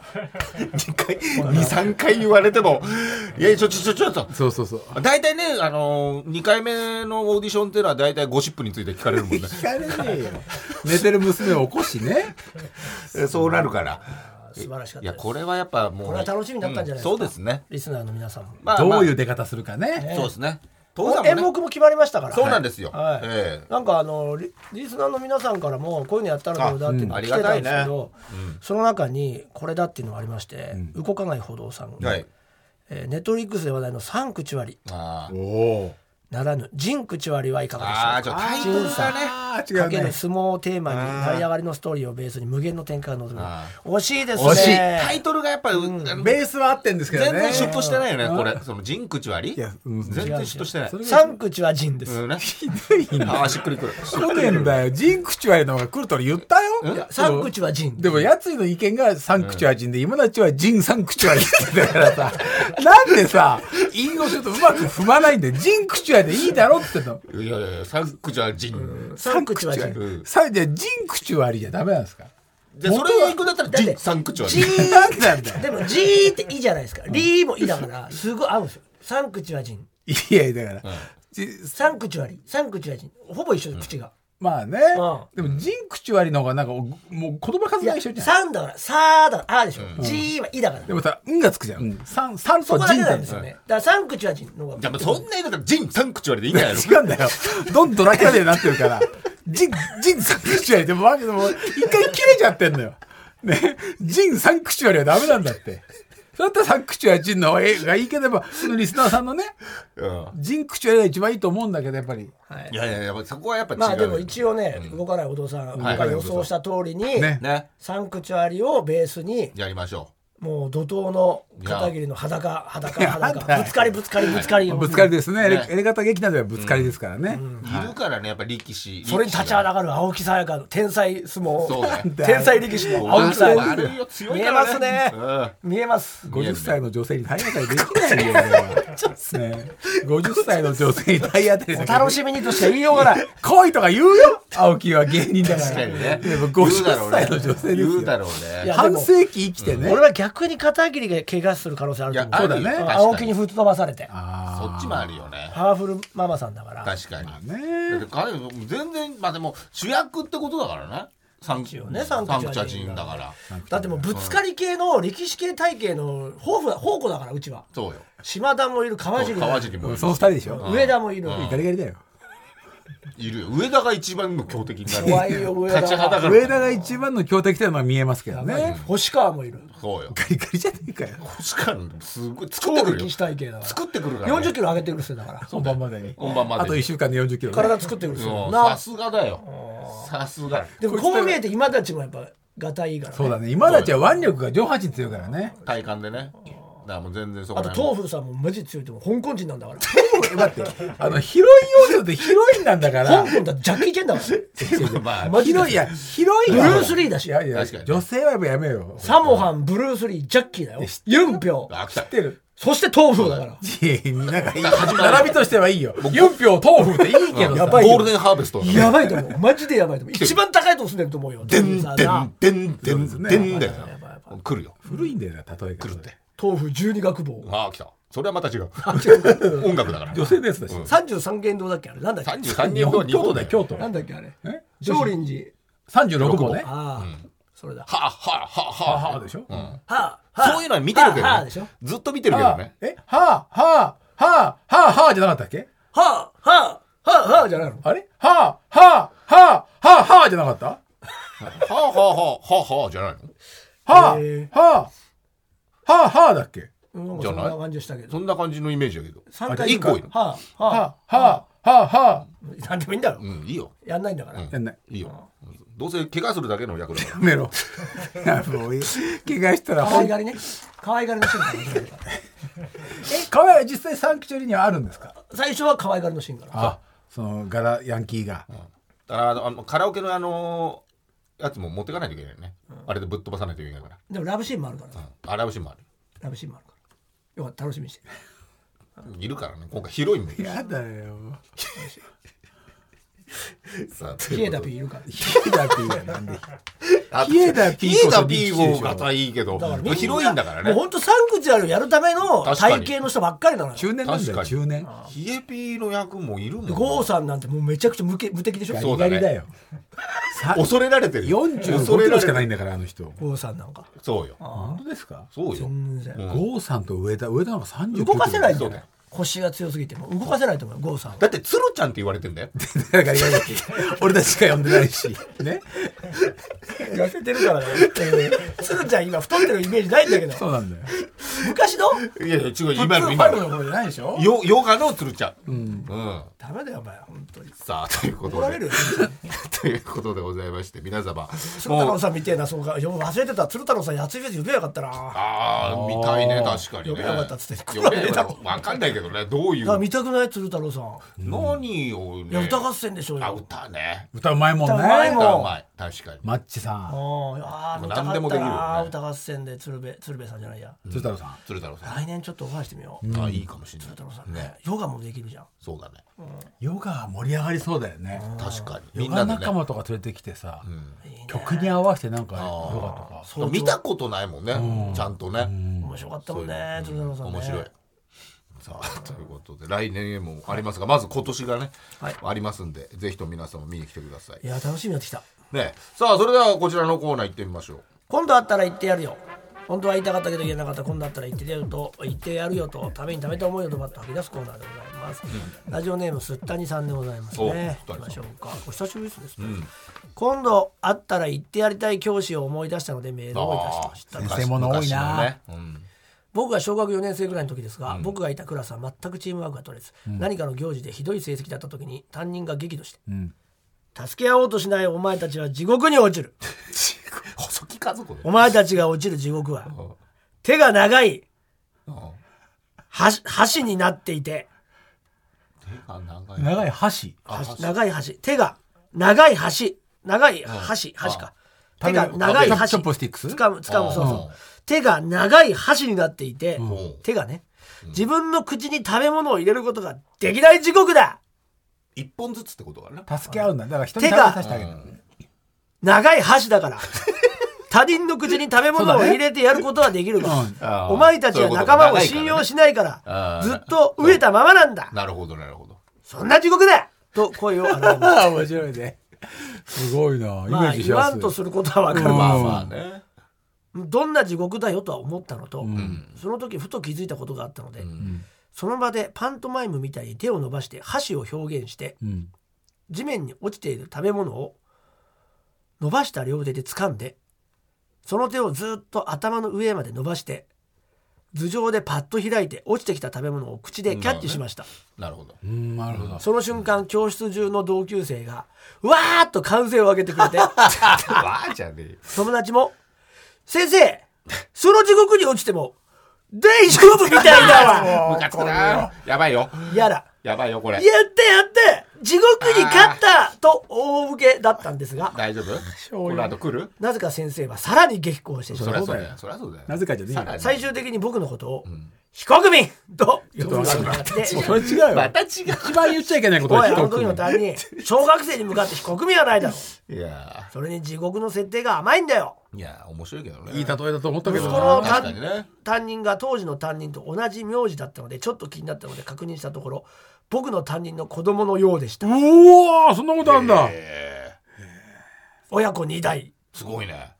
Speaker 2: 2回23回言われてもいやちょちょちょちょっと
Speaker 4: そうそうそう
Speaker 2: 大体ね、あのー、2回目のオーディションっていうのは大体ゴシップについて聞かれ るもんね
Speaker 4: 聞かれねえよ寝てる娘を起こしね
Speaker 2: えそうなるから
Speaker 3: 素晴らしかった
Speaker 2: い
Speaker 3: です
Speaker 2: やこれはやっぱもう
Speaker 3: これは楽しみだったんじゃないですか
Speaker 2: うんそうですね、
Speaker 3: リスナーの皆さんも。
Speaker 2: まあ
Speaker 4: ど
Speaker 2: まあ
Speaker 4: ういう出方するかね
Speaker 2: そうですね
Speaker 3: も
Speaker 2: 父さ
Speaker 3: うん演
Speaker 2: もね
Speaker 3: 目も決まりましたから。
Speaker 2: そうなんですよ、
Speaker 3: はい
Speaker 2: ええ
Speaker 3: なんかあのリリスナーの皆さんからもこういうのやったらどうだっていうの
Speaker 2: あ
Speaker 3: が
Speaker 2: う
Speaker 3: 来
Speaker 2: ん
Speaker 3: てたんですけ
Speaker 2: ありがたいね
Speaker 3: ど、その中にこれだっていうのがありまして、動かない歩道さん、
Speaker 2: はい
Speaker 3: えーネットフリックスで話題の「三口割
Speaker 2: あー
Speaker 4: おお
Speaker 3: ならぬ「人口割」はいかがでしょうか
Speaker 2: あーちょっとタイトル
Speaker 3: 仁さ
Speaker 2: が
Speaker 3: ん
Speaker 2: ね
Speaker 4: あー違
Speaker 3: か
Speaker 4: う
Speaker 3: ける
Speaker 4: ね
Speaker 3: 相撲をテーマに成り上がりのストーリーをベースに無限の展開を望む
Speaker 2: あ
Speaker 3: 惜しいです
Speaker 4: 惜しい
Speaker 3: ね
Speaker 2: タイトルがやっぱり、あの
Speaker 4: ベースは合ってんですけどね
Speaker 2: 全然シュッとしてないよね、これ。その、ジンクチュアリ
Speaker 4: やうん
Speaker 2: 全然シュッとしてない。
Speaker 3: 三口は仁です、
Speaker 2: うんね。
Speaker 4: ひどいな
Speaker 2: ああ、しっくりくる。
Speaker 4: 去年だよジンクチュアリの方が来ると俺言ったよ
Speaker 3: いや三口は仁
Speaker 4: でもやついの意見がサンクチュアジンで、今のうちはジンサンクチュアリってだからさ、 なんでさ、引用ちょっとうまく踏まないんで、ジンクチュアリでいいだろっての。
Speaker 2: いやいやいや、サンクチュアジン。
Speaker 3: 三口は仁
Speaker 2: うん
Speaker 4: さじゃあジンクチュアリじゃダメなんですか
Speaker 2: で、それを行くんだったら、ジン、サンクチュア
Speaker 3: ジ
Speaker 2: リ。
Speaker 3: ー
Speaker 4: なんなんだよ。
Speaker 3: でも「じー」って「い」じゃないですか「り」も「い」だからすごい合うんですよ三口は人
Speaker 4: いやいや、だから、じ
Speaker 3: 三口割り三口割りほぼ一緒で口が、
Speaker 4: まあね、
Speaker 3: う
Speaker 4: でもジンクチュアリの方がなんか、おもう言葉数
Speaker 3: い
Speaker 4: が
Speaker 3: や
Speaker 4: 一緒じゃん。
Speaker 3: 三だからさーだからあーでしょ、じーは「い」だから
Speaker 4: でもさ、うんがつくじゃん。うん、サン、サン
Speaker 3: そ
Speaker 4: と
Speaker 3: こだ
Speaker 4: ジ
Speaker 3: け
Speaker 4: ン
Speaker 3: な
Speaker 4: だ
Speaker 3: んですよ
Speaker 4: よ。
Speaker 3: ねだから三口は人の方が
Speaker 2: じゃあ、そんなにだから、ジン、サンクチュアリでいいんじゃ ないの
Speaker 4: 違うんだよ。どんどラキュラでなってるから。ジン、ジンサンクチュアリでも、わけでも、一回切れちゃってんのよ。ね。ジンサンクチュアリはダメなんだって。そうだったらサンクチュアリジンの方がいいけど、やっぱ、そのリスナーさんのね、
Speaker 2: うん
Speaker 4: ジンクチュアリが一番いいと思うんだけど、やっぱり。
Speaker 2: いやいやいや、そこはやっぱ違うよ。
Speaker 3: まあでも一応ね、動かないお父さん
Speaker 2: はい
Speaker 3: が予想した通りに、
Speaker 4: ね
Speaker 2: ね。
Speaker 3: サンクチュアリをベースに
Speaker 2: やりましょ
Speaker 3: もう怒涛の片桐の裸裸裸ぶつかりぶつかりぶつかり
Speaker 4: ぶつかりですね。エレ
Speaker 2: ね
Speaker 4: エレガタ劇団ではぶつかりですからね。
Speaker 2: う。いるからね、やっぱ力士。
Speaker 3: それに立ちはだかる青木さやかの天才相
Speaker 2: そうだよ
Speaker 3: 撲 天才力士の青
Speaker 2: 青
Speaker 3: 木
Speaker 2: 木
Speaker 3: さ
Speaker 2: さ
Speaker 3: や
Speaker 2: ん。
Speaker 3: か
Speaker 2: 悪いよ、強い
Speaker 3: 見
Speaker 2: か
Speaker 3: え
Speaker 2: ら
Speaker 3: ますね
Speaker 2: うん
Speaker 3: 見えます
Speaker 4: 50歳の女性に体当たりできないよ、俺はね、50歳の女性に体 当たり
Speaker 3: お
Speaker 4: だ
Speaker 3: 楽しみにとしか言いようがない。
Speaker 4: 来いとか言うよ青木は芸人だから
Speaker 2: 確かにね。
Speaker 4: でも
Speaker 2: 言うだろ
Speaker 4: 50
Speaker 2: うね
Speaker 4: 歳の女性です
Speaker 2: 言
Speaker 4: よ
Speaker 2: うだろう
Speaker 3: い
Speaker 2: ね。
Speaker 3: や
Speaker 4: 半世紀生きてね、
Speaker 3: 俺は逆に片桐が怪我する可能性あると思う。
Speaker 2: いや
Speaker 4: あ
Speaker 3: う
Speaker 4: るよ
Speaker 3: ん
Speaker 2: 確かに
Speaker 3: 青木に吹っ飛ばされて。
Speaker 4: あー
Speaker 2: そっちもあるよね。
Speaker 3: パワフルママさんだから。
Speaker 2: 確かに。
Speaker 4: まあね
Speaker 2: だって彼も全然、まあでも主役ってことだからね。サン
Speaker 3: 応ねサンクチュアリーが
Speaker 2: チャチンだから。
Speaker 3: だってもうぶつかり系の力士系体系の豊富な宝庫だからうちは。
Speaker 2: そうよ。
Speaker 3: 島田もいる川尻もいる
Speaker 2: 川尻もいる
Speaker 4: その二人でしょ、
Speaker 3: 上田もいる。
Speaker 4: ガリガリだよ
Speaker 2: いるよ。上田が一番の強敵になる。
Speaker 3: 怖いよ上田
Speaker 2: 立ちはだか
Speaker 4: 上
Speaker 2: ら。
Speaker 4: 田が一番の強敵というのは見えますけどね
Speaker 3: 星川もいる。
Speaker 2: そうよ。
Speaker 4: ガリガリじゃねえかよ
Speaker 2: 確かに、すごい。作って
Speaker 3: 超
Speaker 2: くるよ
Speaker 3: 力士。体系だから。
Speaker 2: 作ってくるから
Speaker 3: 40
Speaker 2: ね。
Speaker 3: キロ上げてくる人だから。
Speaker 4: 本番までに
Speaker 2: 本番までに
Speaker 4: あと1週間で40キロ、ね、
Speaker 3: 体作ってくる人
Speaker 2: うん
Speaker 3: だ
Speaker 2: さ
Speaker 3: な。
Speaker 2: すがだよ。さすが。
Speaker 3: でもこう見えて今たちもやっぱ、がたいいからね。
Speaker 4: そうだね今たちは腕力が上半身強いからね
Speaker 2: 体感でね。だからもう全然そこ
Speaker 3: あと
Speaker 2: ら
Speaker 3: トー
Speaker 2: 辺
Speaker 3: フルさんもマジ強いと思う香港人なんだから
Speaker 4: 待ってあのヒロイン要素ってヒロインなんだから
Speaker 3: 香港だってジャッキー・チェン だから
Speaker 2: も。まあ、
Speaker 3: マジ
Speaker 4: ヒロインい
Speaker 3: で
Speaker 4: やヒロイン
Speaker 3: ブルース・リーだ
Speaker 4: い
Speaker 3: し
Speaker 4: やいや
Speaker 2: 確かに
Speaker 4: 女性はやっぱやめよ う
Speaker 3: サモハンブルース・リージャッキーだよユンピョウ
Speaker 2: あ、来た。
Speaker 4: 知ってる
Speaker 3: そしてトーフルだから
Speaker 4: いやなんかいい
Speaker 2: 始まる
Speaker 4: 並びとしてはいいよユンピョウ豆腐っていいけどさ
Speaker 3: やばい
Speaker 2: ゴールデンハーベストだね
Speaker 3: やばいと思うマジでやばい と思う一番高いとこ住んでると思うよ
Speaker 2: で
Speaker 3: トー
Speaker 2: ん
Speaker 3: フルさん
Speaker 2: で
Speaker 3: なん
Speaker 2: でんでんでんだよ
Speaker 3: やばいやばい。
Speaker 2: 来るよ。
Speaker 4: 古いんだよな例えが
Speaker 2: 来るって。
Speaker 3: トーフル12学坊
Speaker 2: ああ、来た。それはまた違う。音楽だから。
Speaker 4: 女性のやつだし
Speaker 3: 33間堂だっけあれなんだっけ
Speaker 2: 三十三人ほど日
Speaker 4: 京
Speaker 2: 本だ
Speaker 4: 都
Speaker 2: よ
Speaker 4: だよ。京都
Speaker 3: なんだっけあれ
Speaker 4: え
Speaker 3: 少林寺
Speaker 4: 36号ね
Speaker 3: ああそれだは
Speaker 2: はあ、はあ、はあ、はあ、
Speaker 4: はあでしょ
Speaker 3: あはあ
Speaker 2: そういうのは見てるけ
Speaker 3: はあは
Speaker 2: ど
Speaker 3: あでしょ
Speaker 2: ね。ずっと見てるけどね。
Speaker 4: えはあはあはあはあはあじゃなかったっけ
Speaker 3: はあはあはあはあじゃないの
Speaker 4: あれはあはあはあはあはあじゃなかったは
Speaker 2: はあ、はあ、はあ、はあ、はあ、じゃないの
Speaker 4: あは
Speaker 3: へ
Speaker 4: あはあはあだっけ
Speaker 3: うん
Speaker 2: じ
Speaker 3: そ
Speaker 2: ゃ
Speaker 3: ん
Speaker 2: ない
Speaker 3: な感じしたけど
Speaker 2: そんな感じのイメージだけど。
Speaker 3: 三
Speaker 2: あ
Speaker 3: 回
Speaker 2: 一個いいの
Speaker 3: はあはあ
Speaker 4: はあはあはあはあ
Speaker 3: なんでもいいんだろ
Speaker 2: うん、いいよ。
Speaker 3: やんないんだから
Speaker 4: やんない
Speaker 2: いいよ。どうせ怪我するだけの役だか
Speaker 4: やめ ろいやもういい怪我したら
Speaker 3: 可
Speaker 4: ほん
Speaker 3: 愛がりね可愛がりのシーンから
Speaker 4: えカメラ実際サンクチュアリにはあるんですか
Speaker 3: 最初は可愛がりのシーンから
Speaker 4: あその柄ヤンキーが
Speaker 2: ら。あのあの、カラオケのあの、やつも持ってかないといけないよね。あれでぶっ飛ばさないといけないから。
Speaker 3: でもラブシーンもあるから
Speaker 2: うん洗うシーンもある。
Speaker 3: ラブシーンもあるからよかった楽しみにして
Speaker 2: いるからね。今回ヒロインもいる。
Speaker 4: やだ よ
Speaker 2: さあと
Speaker 3: ヒ
Speaker 2: い
Speaker 3: エ
Speaker 2: うこ
Speaker 3: ダ
Speaker 2: とで
Speaker 3: ピーいるから
Speaker 4: ヒエダピーがなんで
Speaker 2: あ
Speaker 4: ヒエダピー
Speaker 2: ヒエ
Speaker 4: こそ
Speaker 2: ダ
Speaker 4: ビッ
Speaker 2: ピ
Speaker 4: チ
Speaker 2: ー
Speaker 4: でし
Speaker 2: も
Speaker 4: ょ
Speaker 2: 方いいけど、ヒロインだから
Speaker 3: もう
Speaker 2: ね。
Speaker 3: ほんとサンクチュアリをやるための体型の人ばっかりなのよ
Speaker 4: 中年なん
Speaker 2: 確か
Speaker 4: だよ
Speaker 2: に
Speaker 4: 中年
Speaker 2: ヒエピーの役もいるもんね。
Speaker 3: ゴーさんなんてもうめちゃくちゃ無け無敵でしょ
Speaker 2: そう
Speaker 4: ガ
Speaker 2: だ
Speaker 4: リ
Speaker 2: ね
Speaker 4: ガリだよさ
Speaker 2: 恐れられてるよ。恐
Speaker 4: 45
Speaker 2: れ
Speaker 4: キ
Speaker 2: ら
Speaker 4: ロ
Speaker 2: れ。
Speaker 4: しかないいんだからあの人
Speaker 3: ゴーさんなんか
Speaker 2: そうよ。
Speaker 4: 本当ですか
Speaker 2: そうよ。
Speaker 3: 全然
Speaker 4: 郷さんと上田上田の方が39キロ
Speaker 3: 動かせないんだ
Speaker 2: そう
Speaker 3: よ
Speaker 2: だよ
Speaker 3: ね腰が強すぎてもう動かせないと思うよゴーさんは
Speaker 2: だって、鶴ちゃんって言われてんだよ。
Speaker 4: だからいやいや俺たちしか呼んでないしね
Speaker 3: 痩せてる からねつるちゃん今太ってるイメージないんだけ
Speaker 4: そ
Speaker 3: ど
Speaker 4: うなんだよ
Speaker 3: 昔の
Speaker 2: いやいや、違う、今
Speaker 4: 今
Speaker 2: の、
Speaker 4: の
Speaker 2: 今
Speaker 4: 今
Speaker 2: の。
Speaker 4: の方じゃないでしょ
Speaker 2: ヨヨガの鶴ちゃん。うん。
Speaker 3: ダメだよお前本当に
Speaker 2: さあ、ということ
Speaker 3: 怒られる。
Speaker 2: で
Speaker 3: よ
Speaker 2: ということでございまして、皆様。
Speaker 3: 鶴太
Speaker 2: も
Speaker 3: 郎
Speaker 2: う、
Speaker 3: さんみてえなそうかいや忘れてた鶴太郎さんやついフェス呼べばよかったなだか
Speaker 2: ああ、見たいね、確かに
Speaker 3: 呼
Speaker 2: ね。
Speaker 3: べなかったっつって
Speaker 2: 呼べなかったわかんないけどね、どうい
Speaker 3: ら
Speaker 2: う。
Speaker 3: 見たくない鶴太郎さん
Speaker 2: 何を
Speaker 3: いや
Speaker 2: ね。
Speaker 3: 歌合戦でしょう
Speaker 2: あ、
Speaker 3: よ
Speaker 2: 歌ね。
Speaker 4: 歌うまいもんね
Speaker 3: 歌うまいもん
Speaker 2: 歌うまい。確かに。
Speaker 4: マッチさん
Speaker 3: ああ
Speaker 2: もう
Speaker 3: 見たか
Speaker 2: 何でも
Speaker 3: っ
Speaker 2: で
Speaker 3: た
Speaker 2: きるよね
Speaker 3: な歌合戦で鶴瓶鶴瓶さんじゃないや
Speaker 4: 鶴太郎さん
Speaker 2: 鶴太郎さ。
Speaker 3: 来年ちょっとオファーしてみようん
Speaker 2: あ、いいかもしれ
Speaker 3: 鶴太郎さ
Speaker 2: なんい。
Speaker 3: ね
Speaker 2: ね。
Speaker 3: ヨガもできるじゃん
Speaker 2: そうだね。
Speaker 4: ヨガは盛り上がりそうだよね
Speaker 2: 確かに。み
Speaker 4: ヨ
Speaker 2: ん
Speaker 4: ガ
Speaker 2: なで
Speaker 4: 仲
Speaker 2: ね。
Speaker 4: 間とか連れてきてさ曲に合わせてなんかヨガとか
Speaker 2: 見たことないもんね。ちゃんとね。
Speaker 3: 面白かったもんね鶴太郎さんね
Speaker 2: 面白い。さ あということで来年もありますがまず今年がね、
Speaker 3: はい
Speaker 2: ありますんでぜひとも皆さんも見に来てください
Speaker 3: い。や楽しみになってきた
Speaker 2: ねさあそれではこちらのコーナー行ってみましょう。
Speaker 3: 今度会ったら言ってやるよ本当は言いたかったけど言えなかった今度会ったら言ってやると言ってやるよとためにためた思いをドバッと吐き出すコーナーでございます、ラジオネームすったにさんでございますね
Speaker 2: お
Speaker 3: 行
Speaker 2: すったにさん
Speaker 3: きましょうかお久しぶりですね、今度会ったら言ってやりたい教師を思い出したのでメールをいたしました
Speaker 2: あー
Speaker 4: 偽物多いな
Speaker 2: 昔のねうん
Speaker 3: 僕が小学4年生ぐらいの時ですが、僕がいたクラスは全くチームワークが取れず、何かの行事でひどい成績だった時に担任が激怒して、助け合おうとしないお前たちは地獄に落ちる
Speaker 2: 細木家族で。
Speaker 3: お前たちが落ちる地獄は手が長い箸箸になっていて
Speaker 2: あ長い。
Speaker 4: 長い箸
Speaker 3: 箸長い箸手が長い箸長い箸箸か手が長い
Speaker 4: 食べる
Speaker 3: 箸
Speaker 4: チョップチョップスティックス
Speaker 3: つかむつかむ
Speaker 2: あ
Speaker 3: そうそう
Speaker 2: あ
Speaker 3: 手が長い箸になっていて
Speaker 2: ん
Speaker 3: 手がね自分の口に食べ物を入れることができない地獄だ
Speaker 2: 一本ずつってことかな。
Speaker 4: 助け合うんだ。だから人に
Speaker 3: 手
Speaker 4: 食べ
Speaker 3: が
Speaker 4: させてあげるのね。
Speaker 3: 長い箸だから他人の口に食べ物を入れてやることはできるが、
Speaker 4: うん
Speaker 2: あー
Speaker 3: お前たち
Speaker 2: そういう
Speaker 3: は
Speaker 2: こと
Speaker 3: 仲間を
Speaker 2: 長いから
Speaker 3: 信
Speaker 2: ね
Speaker 3: 用しないから
Speaker 2: あー
Speaker 3: ずっと飢えたままなんだ
Speaker 2: なるほど、なるほど。
Speaker 3: そんな地獄だと声を荒らげ ます
Speaker 4: ああ、面白いね。すごいな。イメ
Speaker 3: ま
Speaker 4: ー
Speaker 3: あ
Speaker 4: ジし
Speaker 3: 言
Speaker 4: や
Speaker 3: わ
Speaker 4: す
Speaker 3: ん
Speaker 4: い。
Speaker 3: とすることはわかる
Speaker 2: ま
Speaker 3: わ、
Speaker 2: あまあね。
Speaker 3: どんな地獄だよとは思ったのと、
Speaker 4: ん
Speaker 3: その時ふと気づいたことがあったので、その場でパントマイムみたいに手を伸ばして箸を表現して
Speaker 4: うん。
Speaker 3: 地面に落ちている食べ物を伸ばした両手で掴んでその手をずっと頭の上まで伸ばして頭上でパッと開いて落ちてきた食べ物を口でキャッチしました、
Speaker 2: なるほど。
Speaker 4: うん、なるほど。
Speaker 3: その瞬間教室中の同級生がわーっと歓声を上げてくれて
Speaker 2: わあじゃねえよ。
Speaker 3: 友達も「先生その地獄に落ちても大丈夫みたいだわ
Speaker 2: ムカつくな。やばいよ。」
Speaker 3: やだ
Speaker 2: やばいよ、こ
Speaker 3: 「やっ。
Speaker 2: れ
Speaker 3: たやった地獄に勝った!」と大受けだったんですが
Speaker 2: 大丈夫この後来る
Speaker 3: なぜか先生はさらに激高してし
Speaker 2: そ
Speaker 3: まい
Speaker 2: りゃそうだよ。そりゃそうだよ。
Speaker 4: なぜかじゃねえよ。
Speaker 3: 最終的に僕のことを「非国民!」と呼ぶようになって
Speaker 4: それ違うよ。
Speaker 2: また違う。
Speaker 4: 一番言っちゃいけないこと
Speaker 3: お
Speaker 4: はい
Speaker 3: あの
Speaker 4: 一
Speaker 3: 時の
Speaker 4: 組。
Speaker 3: 担任小学生に向かって「非国民はないだろう」
Speaker 2: いや
Speaker 3: それに地獄の設定が甘いんだよ
Speaker 2: ーいやー、面白いけどね。
Speaker 4: いい例えだと思ったけど
Speaker 3: 息子の
Speaker 4: な。
Speaker 2: 確かにね。
Speaker 3: 担任が当時の担任と同じ名字だったのでちょっと気になったので確認したところ僕の担任の子供のようでした
Speaker 4: うわーそんなことあんだ。
Speaker 2: え
Speaker 3: 親子2代
Speaker 2: ーすごいね。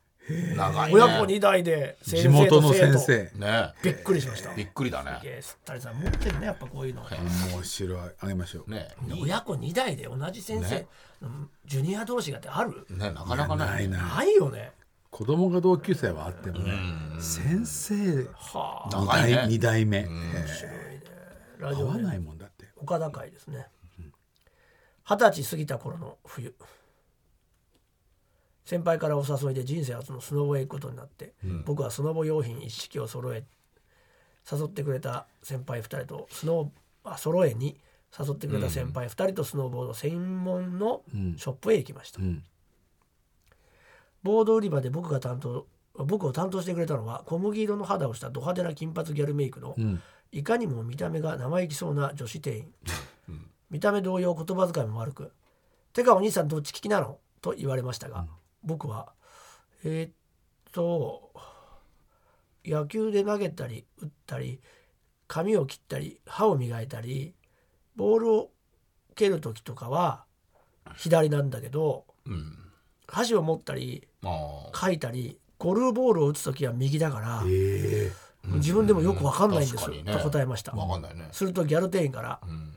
Speaker 2: 長いね。
Speaker 3: 親子2代で先
Speaker 4: 地
Speaker 3: 生と
Speaker 4: 元の
Speaker 3: 生
Speaker 4: 先
Speaker 3: 徒
Speaker 4: 生。
Speaker 2: ね
Speaker 3: びっくりしました
Speaker 2: びっくりだね。
Speaker 3: いやすったりさん持ってるねやっぱこういうの
Speaker 4: 面白い。あげましょう。
Speaker 2: ね
Speaker 3: 親子2代で同じ先生、
Speaker 2: ね
Speaker 3: うんジュニア同士がってある
Speaker 2: ねなかなか
Speaker 4: な
Speaker 2: ない
Speaker 4: い。な。
Speaker 3: ないよね
Speaker 4: 子供が同級生はあってもね。先生、
Speaker 3: はあ
Speaker 4: 二
Speaker 2: 長いね
Speaker 4: 代二代目。
Speaker 3: ラジ
Speaker 4: 合
Speaker 3: オ
Speaker 4: わ
Speaker 3: ネーム
Speaker 4: ないもんだって。
Speaker 3: 岡田会ですね二十歳過ぎた頃の冬先輩からお誘いで人生初のスノボへ行くことになって、僕はスノボ用品一式を揃え誘ってくれた先輩2人とスノーあ揃えに誘ってくれた先輩2人とスノーボード専門のショップへ行きました、
Speaker 4: ん
Speaker 3: ボード売り場で僕が担当僕を担当してくれたのは小麦色の肌をしたド派手な金髪ギャルメイクの、いかにも見た目が生意気そうな女子店員、見た目同様言葉遣いも悪く「てかお兄さんどっち利きなの?」と言われましたが、僕は「えーっと野球で投げたり打ったり髪を切ったり歯を磨いたりボールを蹴る時とかは左なんだけど
Speaker 2: うん。
Speaker 3: 箸を持ったり
Speaker 2: あー
Speaker 3: 書いたりゴルフボールを打つ時は右だから、
Speaker 4: え
Speaker 3: 自分でもよくわかんないんです、
Speaker 2: うん確かにね
Speaker 3: と答えました
Speaker 2: わかんないね。
Speaker 3: するとギャル店員から、
Speaker 2: ん
Speaker 3: 利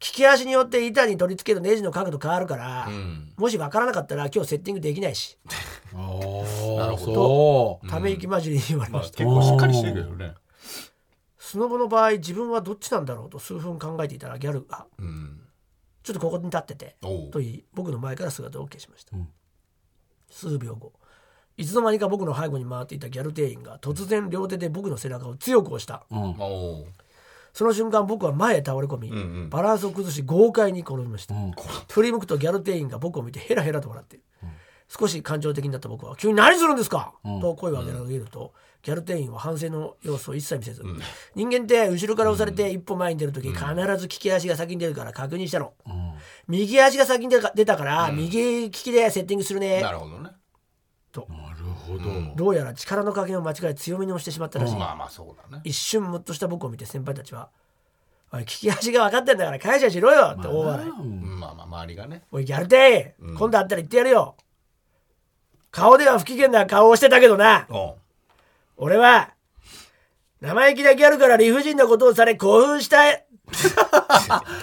Speaker 3: き足によって板に取り付けるネジの角度変わるから、
Speaker 2: うん。
Speaker 3: もしわからなかったら今日セッティングできないし
Speaker 4: え。あ
Speaker 2: な
Speaker 4: あ
Speaker 2: る、ほ
Speaker 4: そ
Speaker 3: ため息混じりに言われました、
Speaker 2: 結構しっかりしてるけどね。
Speaker 3: スノボの場合自分はどっちなんだろうと数分考えていたらギャルが
Speaker 2: うん。
Speaker 3: 「ちょっとここに立ってて」
Speaker 2: おう
Speaker 3: と言い僕の前から姿を消しました、
Speaker 4: ん
Speaker 3: 数秒後いつの間にか僕の背後に回っていたギャル店員が突然両手で僕の背中を強く押した
Speaker 4: う。うん。
Speaker 2: おう
Speaker 3: その瞬間僕は前へ倒れ込み、
Speaker 2: んうん
Speaker 3: バランスを崩し豪快に転びました、
Speaker 4: ん
Speaker 3: 振り向くとギャル店員が僕を見てヘラヘラと笑っている、少し感情的になった僕は「急に何するんですかと声を上げられると、ギャル店員は反省の様子を一切見せず、人間って後ろから押されて一歩前に出る時、必ず利き足が先に出るから確認したの、右足が先に出た出たから、右利きでセッティングするね
Speaker 2: なるほどね。
Speaker 4: なるほど。
Speaker 3: どうやら力の加減を間違え強めに押してしまったらしい、
Speaker 2: まあまあそうだね。
Speaker 3: 一瞬ムッとした僕を見て先輩たちは「おい聞き足が分かってんだから感謝しろよ」って大笑い
Speaker 2: まあまあ周りがね。
Speaker 3: 「おいギャルテイ、今度会ったら言ってやるよ」顔では不機嫌な顔をしてたけどな
Speaker 2: おう
Speaker 3: 俺は生意気なギャルから理不尽なことをされ興奮したい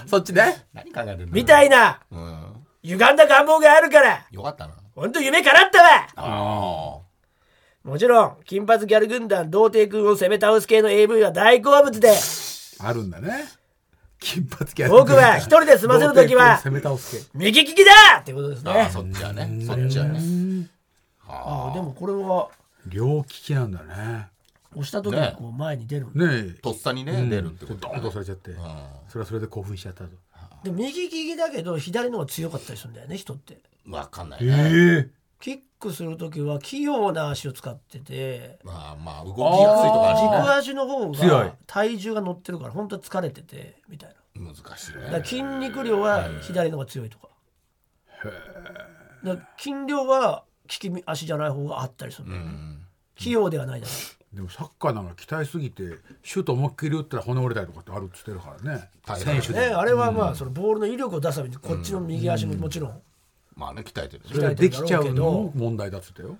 Speaker 4: そっちね。
Speaker 2: 何考えてんの
Speaker 3: みたい
Speaker 2: な。
Speaker 3: な
Speaker 2: うん。
Speaker 3: 歪んだ願望があるから
Speaker 2: よかったな。
Speaker 3: ほんと夢叶ったわ
Speaker 2: あ
Speaker 3: もちろん金髪ギャル軍団童貞君を攻め倒す系の AV は大好物で
Speaker 4: あるんだね。金髪キャ
Speaker 3: 僕は一人で済ませる時は
Speaker 4: 攻め倒す系。
Speaker 3: 右利きだってことです
Speaker 2: あ。ああ、
Speaker 3: ね
Speaker 2: そっちはね。そっちはね。
Speaker 3: あでもこれは
Speaker 4: 両利きなんだね。
Speaker 3: 押した時にこう前に出るんだ
Speaker 4: ねえ。
Speaker 2: とっさにね、出るって
Speaker 4: ち
Speaker 2: こ
Speaker 4: ょっと
Speaker 2: と
Speaker 4: ドーンと押されちゃって。それはそれで興奮しちゃったと。
Speaker 3: でも右利きだけど左の方が強かったりするんだよね人って
Speaker 2: わかんない
Speaker 4: え
Speaker 2: ね。
Speaker 4: え。
Speaker 3: キックする時は器用な足を使ってて
Speaker 2: まあまあ動きやすいとかあるし
Speaker 3: 軸
Speaker 2: ね
Speaker 3: 足の方
Speaker 4: 強い
Speaker 3: が体重が乗ってるから本当は疲れててみたいな
Speaker 2: 難しい
Speaker 3: だから
Speaker 2: ね
Speaker 3: 筋肉量は左の方が強いとかだから筋量は利き足じゃない方があったりするんだよね、器用ではないじゃない
Speaker 4: でもサッカーなんか鍛えすぎてシュート思いっきり打ったら骨折れたりとかってあるっつってるからね
Speaker 2: 大変
Speaker 4: 選手
Speaker 3: ね、
Speaker 4: で
Speaker 3: あれはまあそのボールの威力を出すためにこっちの右足ももちろん
Speaker 2: まあね鍛えてるし
Speaker 4: それができちゃうのも問題だっつってよ、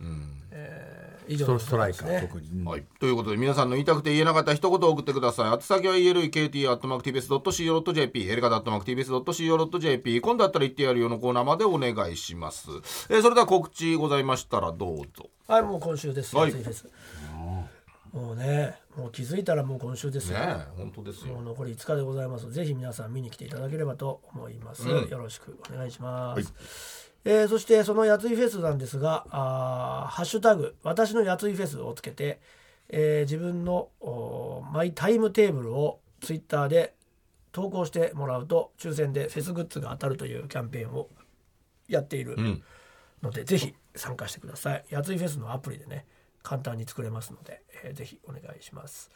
Speaker 3: 以上
Speaker 4: ス
Speaker 3: で
Speaker 4: トロ
Speaker 3: す
Speaker 4: ストライカー特に、
Speaker 2: はい、ということで皆さんの言いたくて言えなかった一言を送ってください宛先は elekt.mactbs.co.jp エレカ .mactbs.co.jp 今度あったら言ってやるよのコーナーまでお願いします、えーそれでは告知ございましたらどうぞ
Speaker 3: はいもう今週です、
Speaker 2: はい
Speaker 3: 安いですもうねもう気づいたらもう今週ですよ、
Speaker 2: 本当です
Speaker 3: もう残り5日でございますぜひ皆さん見に来ていただければと思います、よろしくお願いします、えーそしてそのやついフェスなんですがあーハッシュタグ私のやついフェスをつけて、えー自分のおーマイタイムテーブルをツイッターで投稿してもらうと抽選でフェスグッズが当たるというキャンペーンをやっているので、ぜひ参加してくださいやついフェスのアプリでね簡単に作れますので、えーぜひお願いします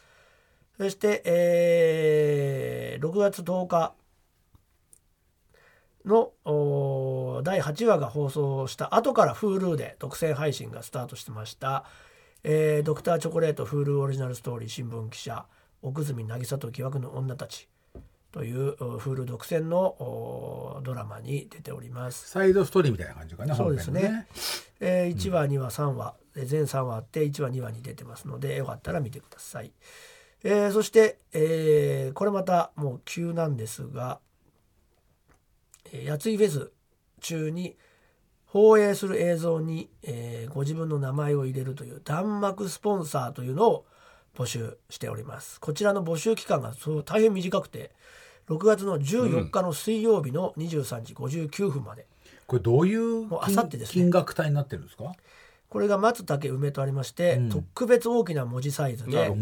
Speaker 3: そして、えー6月10日のおー第8話が放送した後から Hulu で独占配信がスタートしてました「えードクターチョコレート Hulu オリジナルストーリー新聞記者奥住渚と疑惑の女たち」というお Hulu 独占のおードラマに出ております。
Speaker 4: サイドストーリーみたいな感じかな
Speaker 3: そうです
Speaker 4: 本編の
Speaker 3: ね。えー、1話、2話、3話、えー全3話あって、1話、2話に出てますので、よかったら見てください。えーそして、えーこれまたもう急なんですが、えーやついフェス中に放映する映像に、えーご自分の名前を入れるという弾幕スポンサーというのを募集しております。こちらの募集期間がそう大変短くて、6月の14日の水曜日の23時59分まで、
Speaker 4: これどういう
Speaker 3: もう
Speaker 4: 金
Speaker 3: 明後日ですね
Speaker 4: 金額帯になってるんですか
Speaker 3: これが松竹梅とありまして、特別大きな文字サイズで好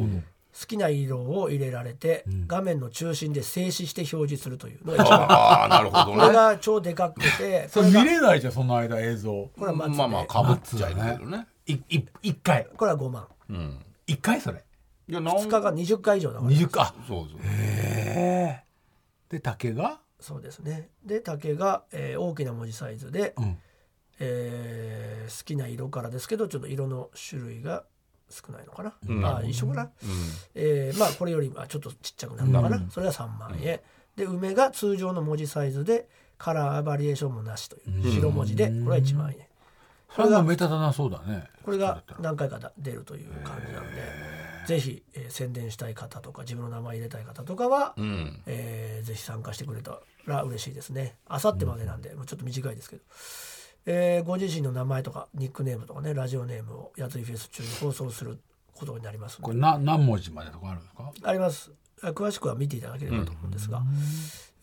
Speaker 3: きな色を入れられて、画面の中心で静止して表示するというのが一番
Speaker 2: ああなるほ
Speaker 3: こ
Speaker 2: ど
Speaker 3: れ
Speaker 2: ね
Speaker 3: が超でかくて
Speaker 4: それ見れないじゃんその間映像
Speaker 3: これは松
Speaker 2: まあまあかぶっちゃい
Speaker 4: まあ
Speaker 2: け
Speaker 4: そ
Speaker 2: どね
Speaker 4: いい一回
Speaker 3: これは5万
Speaker 4: 一回それ
Speaker 2: いやなん
Speaker 3: 2日が20回以上だから
Speaker 4: 二十か
Speaker 2: そうそう
Speaker 4: ええで竹が
Speaker 3: そうですねで竹が、えー大きな文字サイズで、
Speaker 4: ん
Speaker 3: えー好きな色からですけどちょっと色の種類が少ないのかな、まあ一緒かな、えーまあこれよりはちょっとちっちゃくなるのかな、それは3万円、で梅が通常の文字サイズでカラーバリエーションもなしという白文字でこれは1万円、
Speaker 4: それが目立たなそうだね
Speaker 3: これが何回か出るという感じなので、ぜひ、えー宣伝したい方とか自分の名前入れたい方とかは、えーぜひ参加してくれたら嬉しいですねあさってまでなんで、もうちょっと短いですけど、えーご自身の名前とかニックネームとかねラジオネームをやついフェス中に放送することになりますので
Speaker 4: これな何文字までとかあるんですか
Speaker 3: ありますあ詳しくは見ていただければと思うんですが、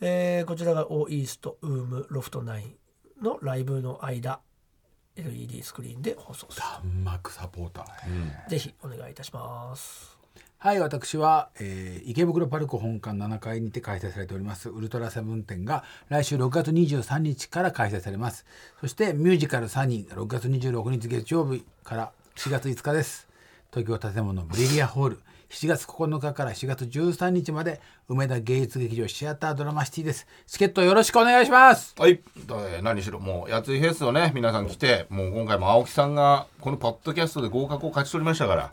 Speaker 3: えーこちらが o イーストウームロフト9のライブの間 LED スクリーンで放送する
Speaker 4: 弾幕サポーター、
Speaker 3: ぜひお願いいたします。
Speaker 4: はい私は、えー池袋パルコ本館7階にて開催されておりますウルトラセブン展が来週6月23日から開催されますそしてミュージカルサニー6月26日月曜日から4月5日です東京建物ブリリアホール7月9日から4月13日まで梅田芸術劇場シアタードラマシティですチケットよろしくお願いします
Speaker 2: はい、だえー何しろもうやついフェスをね皆さん来てもう今回も青木さんがこのポッドキャストで合格を勝ち取りましたから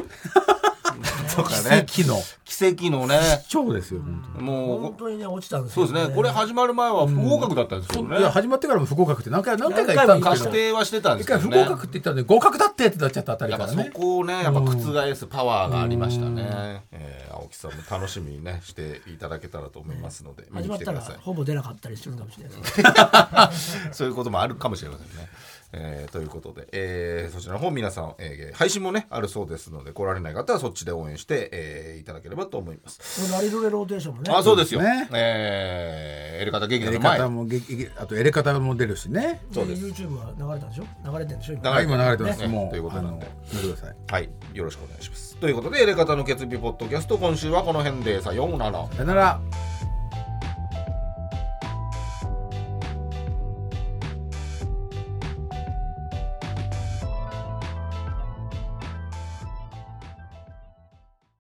Speaker 2: とかね
Speaker 4: 奇跡の
Speaker 2: 奇跡のね
Speaker 4: 超ですよ本
Speaker 2: も
Speaker 3: 本
Speaker 2: う
Speaker 3: 当にね落ちたんです
Speaker 2: そ
Speaker 3: よ
Speaker 2: うですねこれ始まる前は不合格だったんですけど
Speaker 4: 当
Speaker 2: ね、
Speaker 4: にいや始まってからも不合格って何回何回か言ってたんで
Speaker 3: ま
Speaker 4: す
Speaker 2: 確
Speaker 4: けど
Speaker 2: 定はしてたんです
Speaker 4: 一
Speaker 2: け
Speaker 4: 回
Speaker 2: ど
Speaker 4: 不
Speaker 2: ね
Speaker 4: 合格って言ったのに合格だってってなっちゃったあたり
Speaker 2: やっ
Speaker 4: か
Speaker 2: ぱ
Speaker 4: ら
Speaker 2: そ
Speaker 4: ね
Speaker 2: こをねやっぱ覆すパワーがありましたね、えー青木さんも楽しみにねしていただけたらと思いますので見
Speaker 3: 始
Speaker 2: に
Speaker 3: ま
Speaker 2: 来
Speaker 3: ってた
Speaker 2: く
Speaker 3: ら
Speaker 2: ださい
Speaker 3: ほぼ出なかったりするかもしれない ですね。
Speaker 2: そういうこともあるかもしれませんね。えーということで、えーそちらの方皆さん、えー配信もねあるそうですので来られない方はそっちで応援して、えーいただければと思います。
Speaker 3: このラリルレローテーションもね。
Speaker 2: あそうですよ。
Speaker 4: ね
Speaker 2: えー、エレカタ劇
Speaker 4: エ
Speaker 2: 団
Speaker 4: レ
Speaker 2: の
Speaker 4: カ
Speaker 2: 前
Speaker 4: タもげげあとエレカタも出るしね。
Speaker 2: そうです
Speaker 3: YouTube は流れたんでしょ流れてんでしょ
Speaker 2: 流
Speaker 3: 今
Speaker 2: れ
Speaker 4: は
Speaker 2: て
Speaker 4: い、
Speaker 2: る
Speaker 4: 今流れてます。
Speaker 2: ね
Speaker 4: もう
Speaker 2: ということなんで
Speaker 4: あの見てください。
Speaker 2: はいよろしくお願いします。ということでエレカタの決意ポッドキャスト今週はこの辺でさようなら。
Speaker 4: さよなら。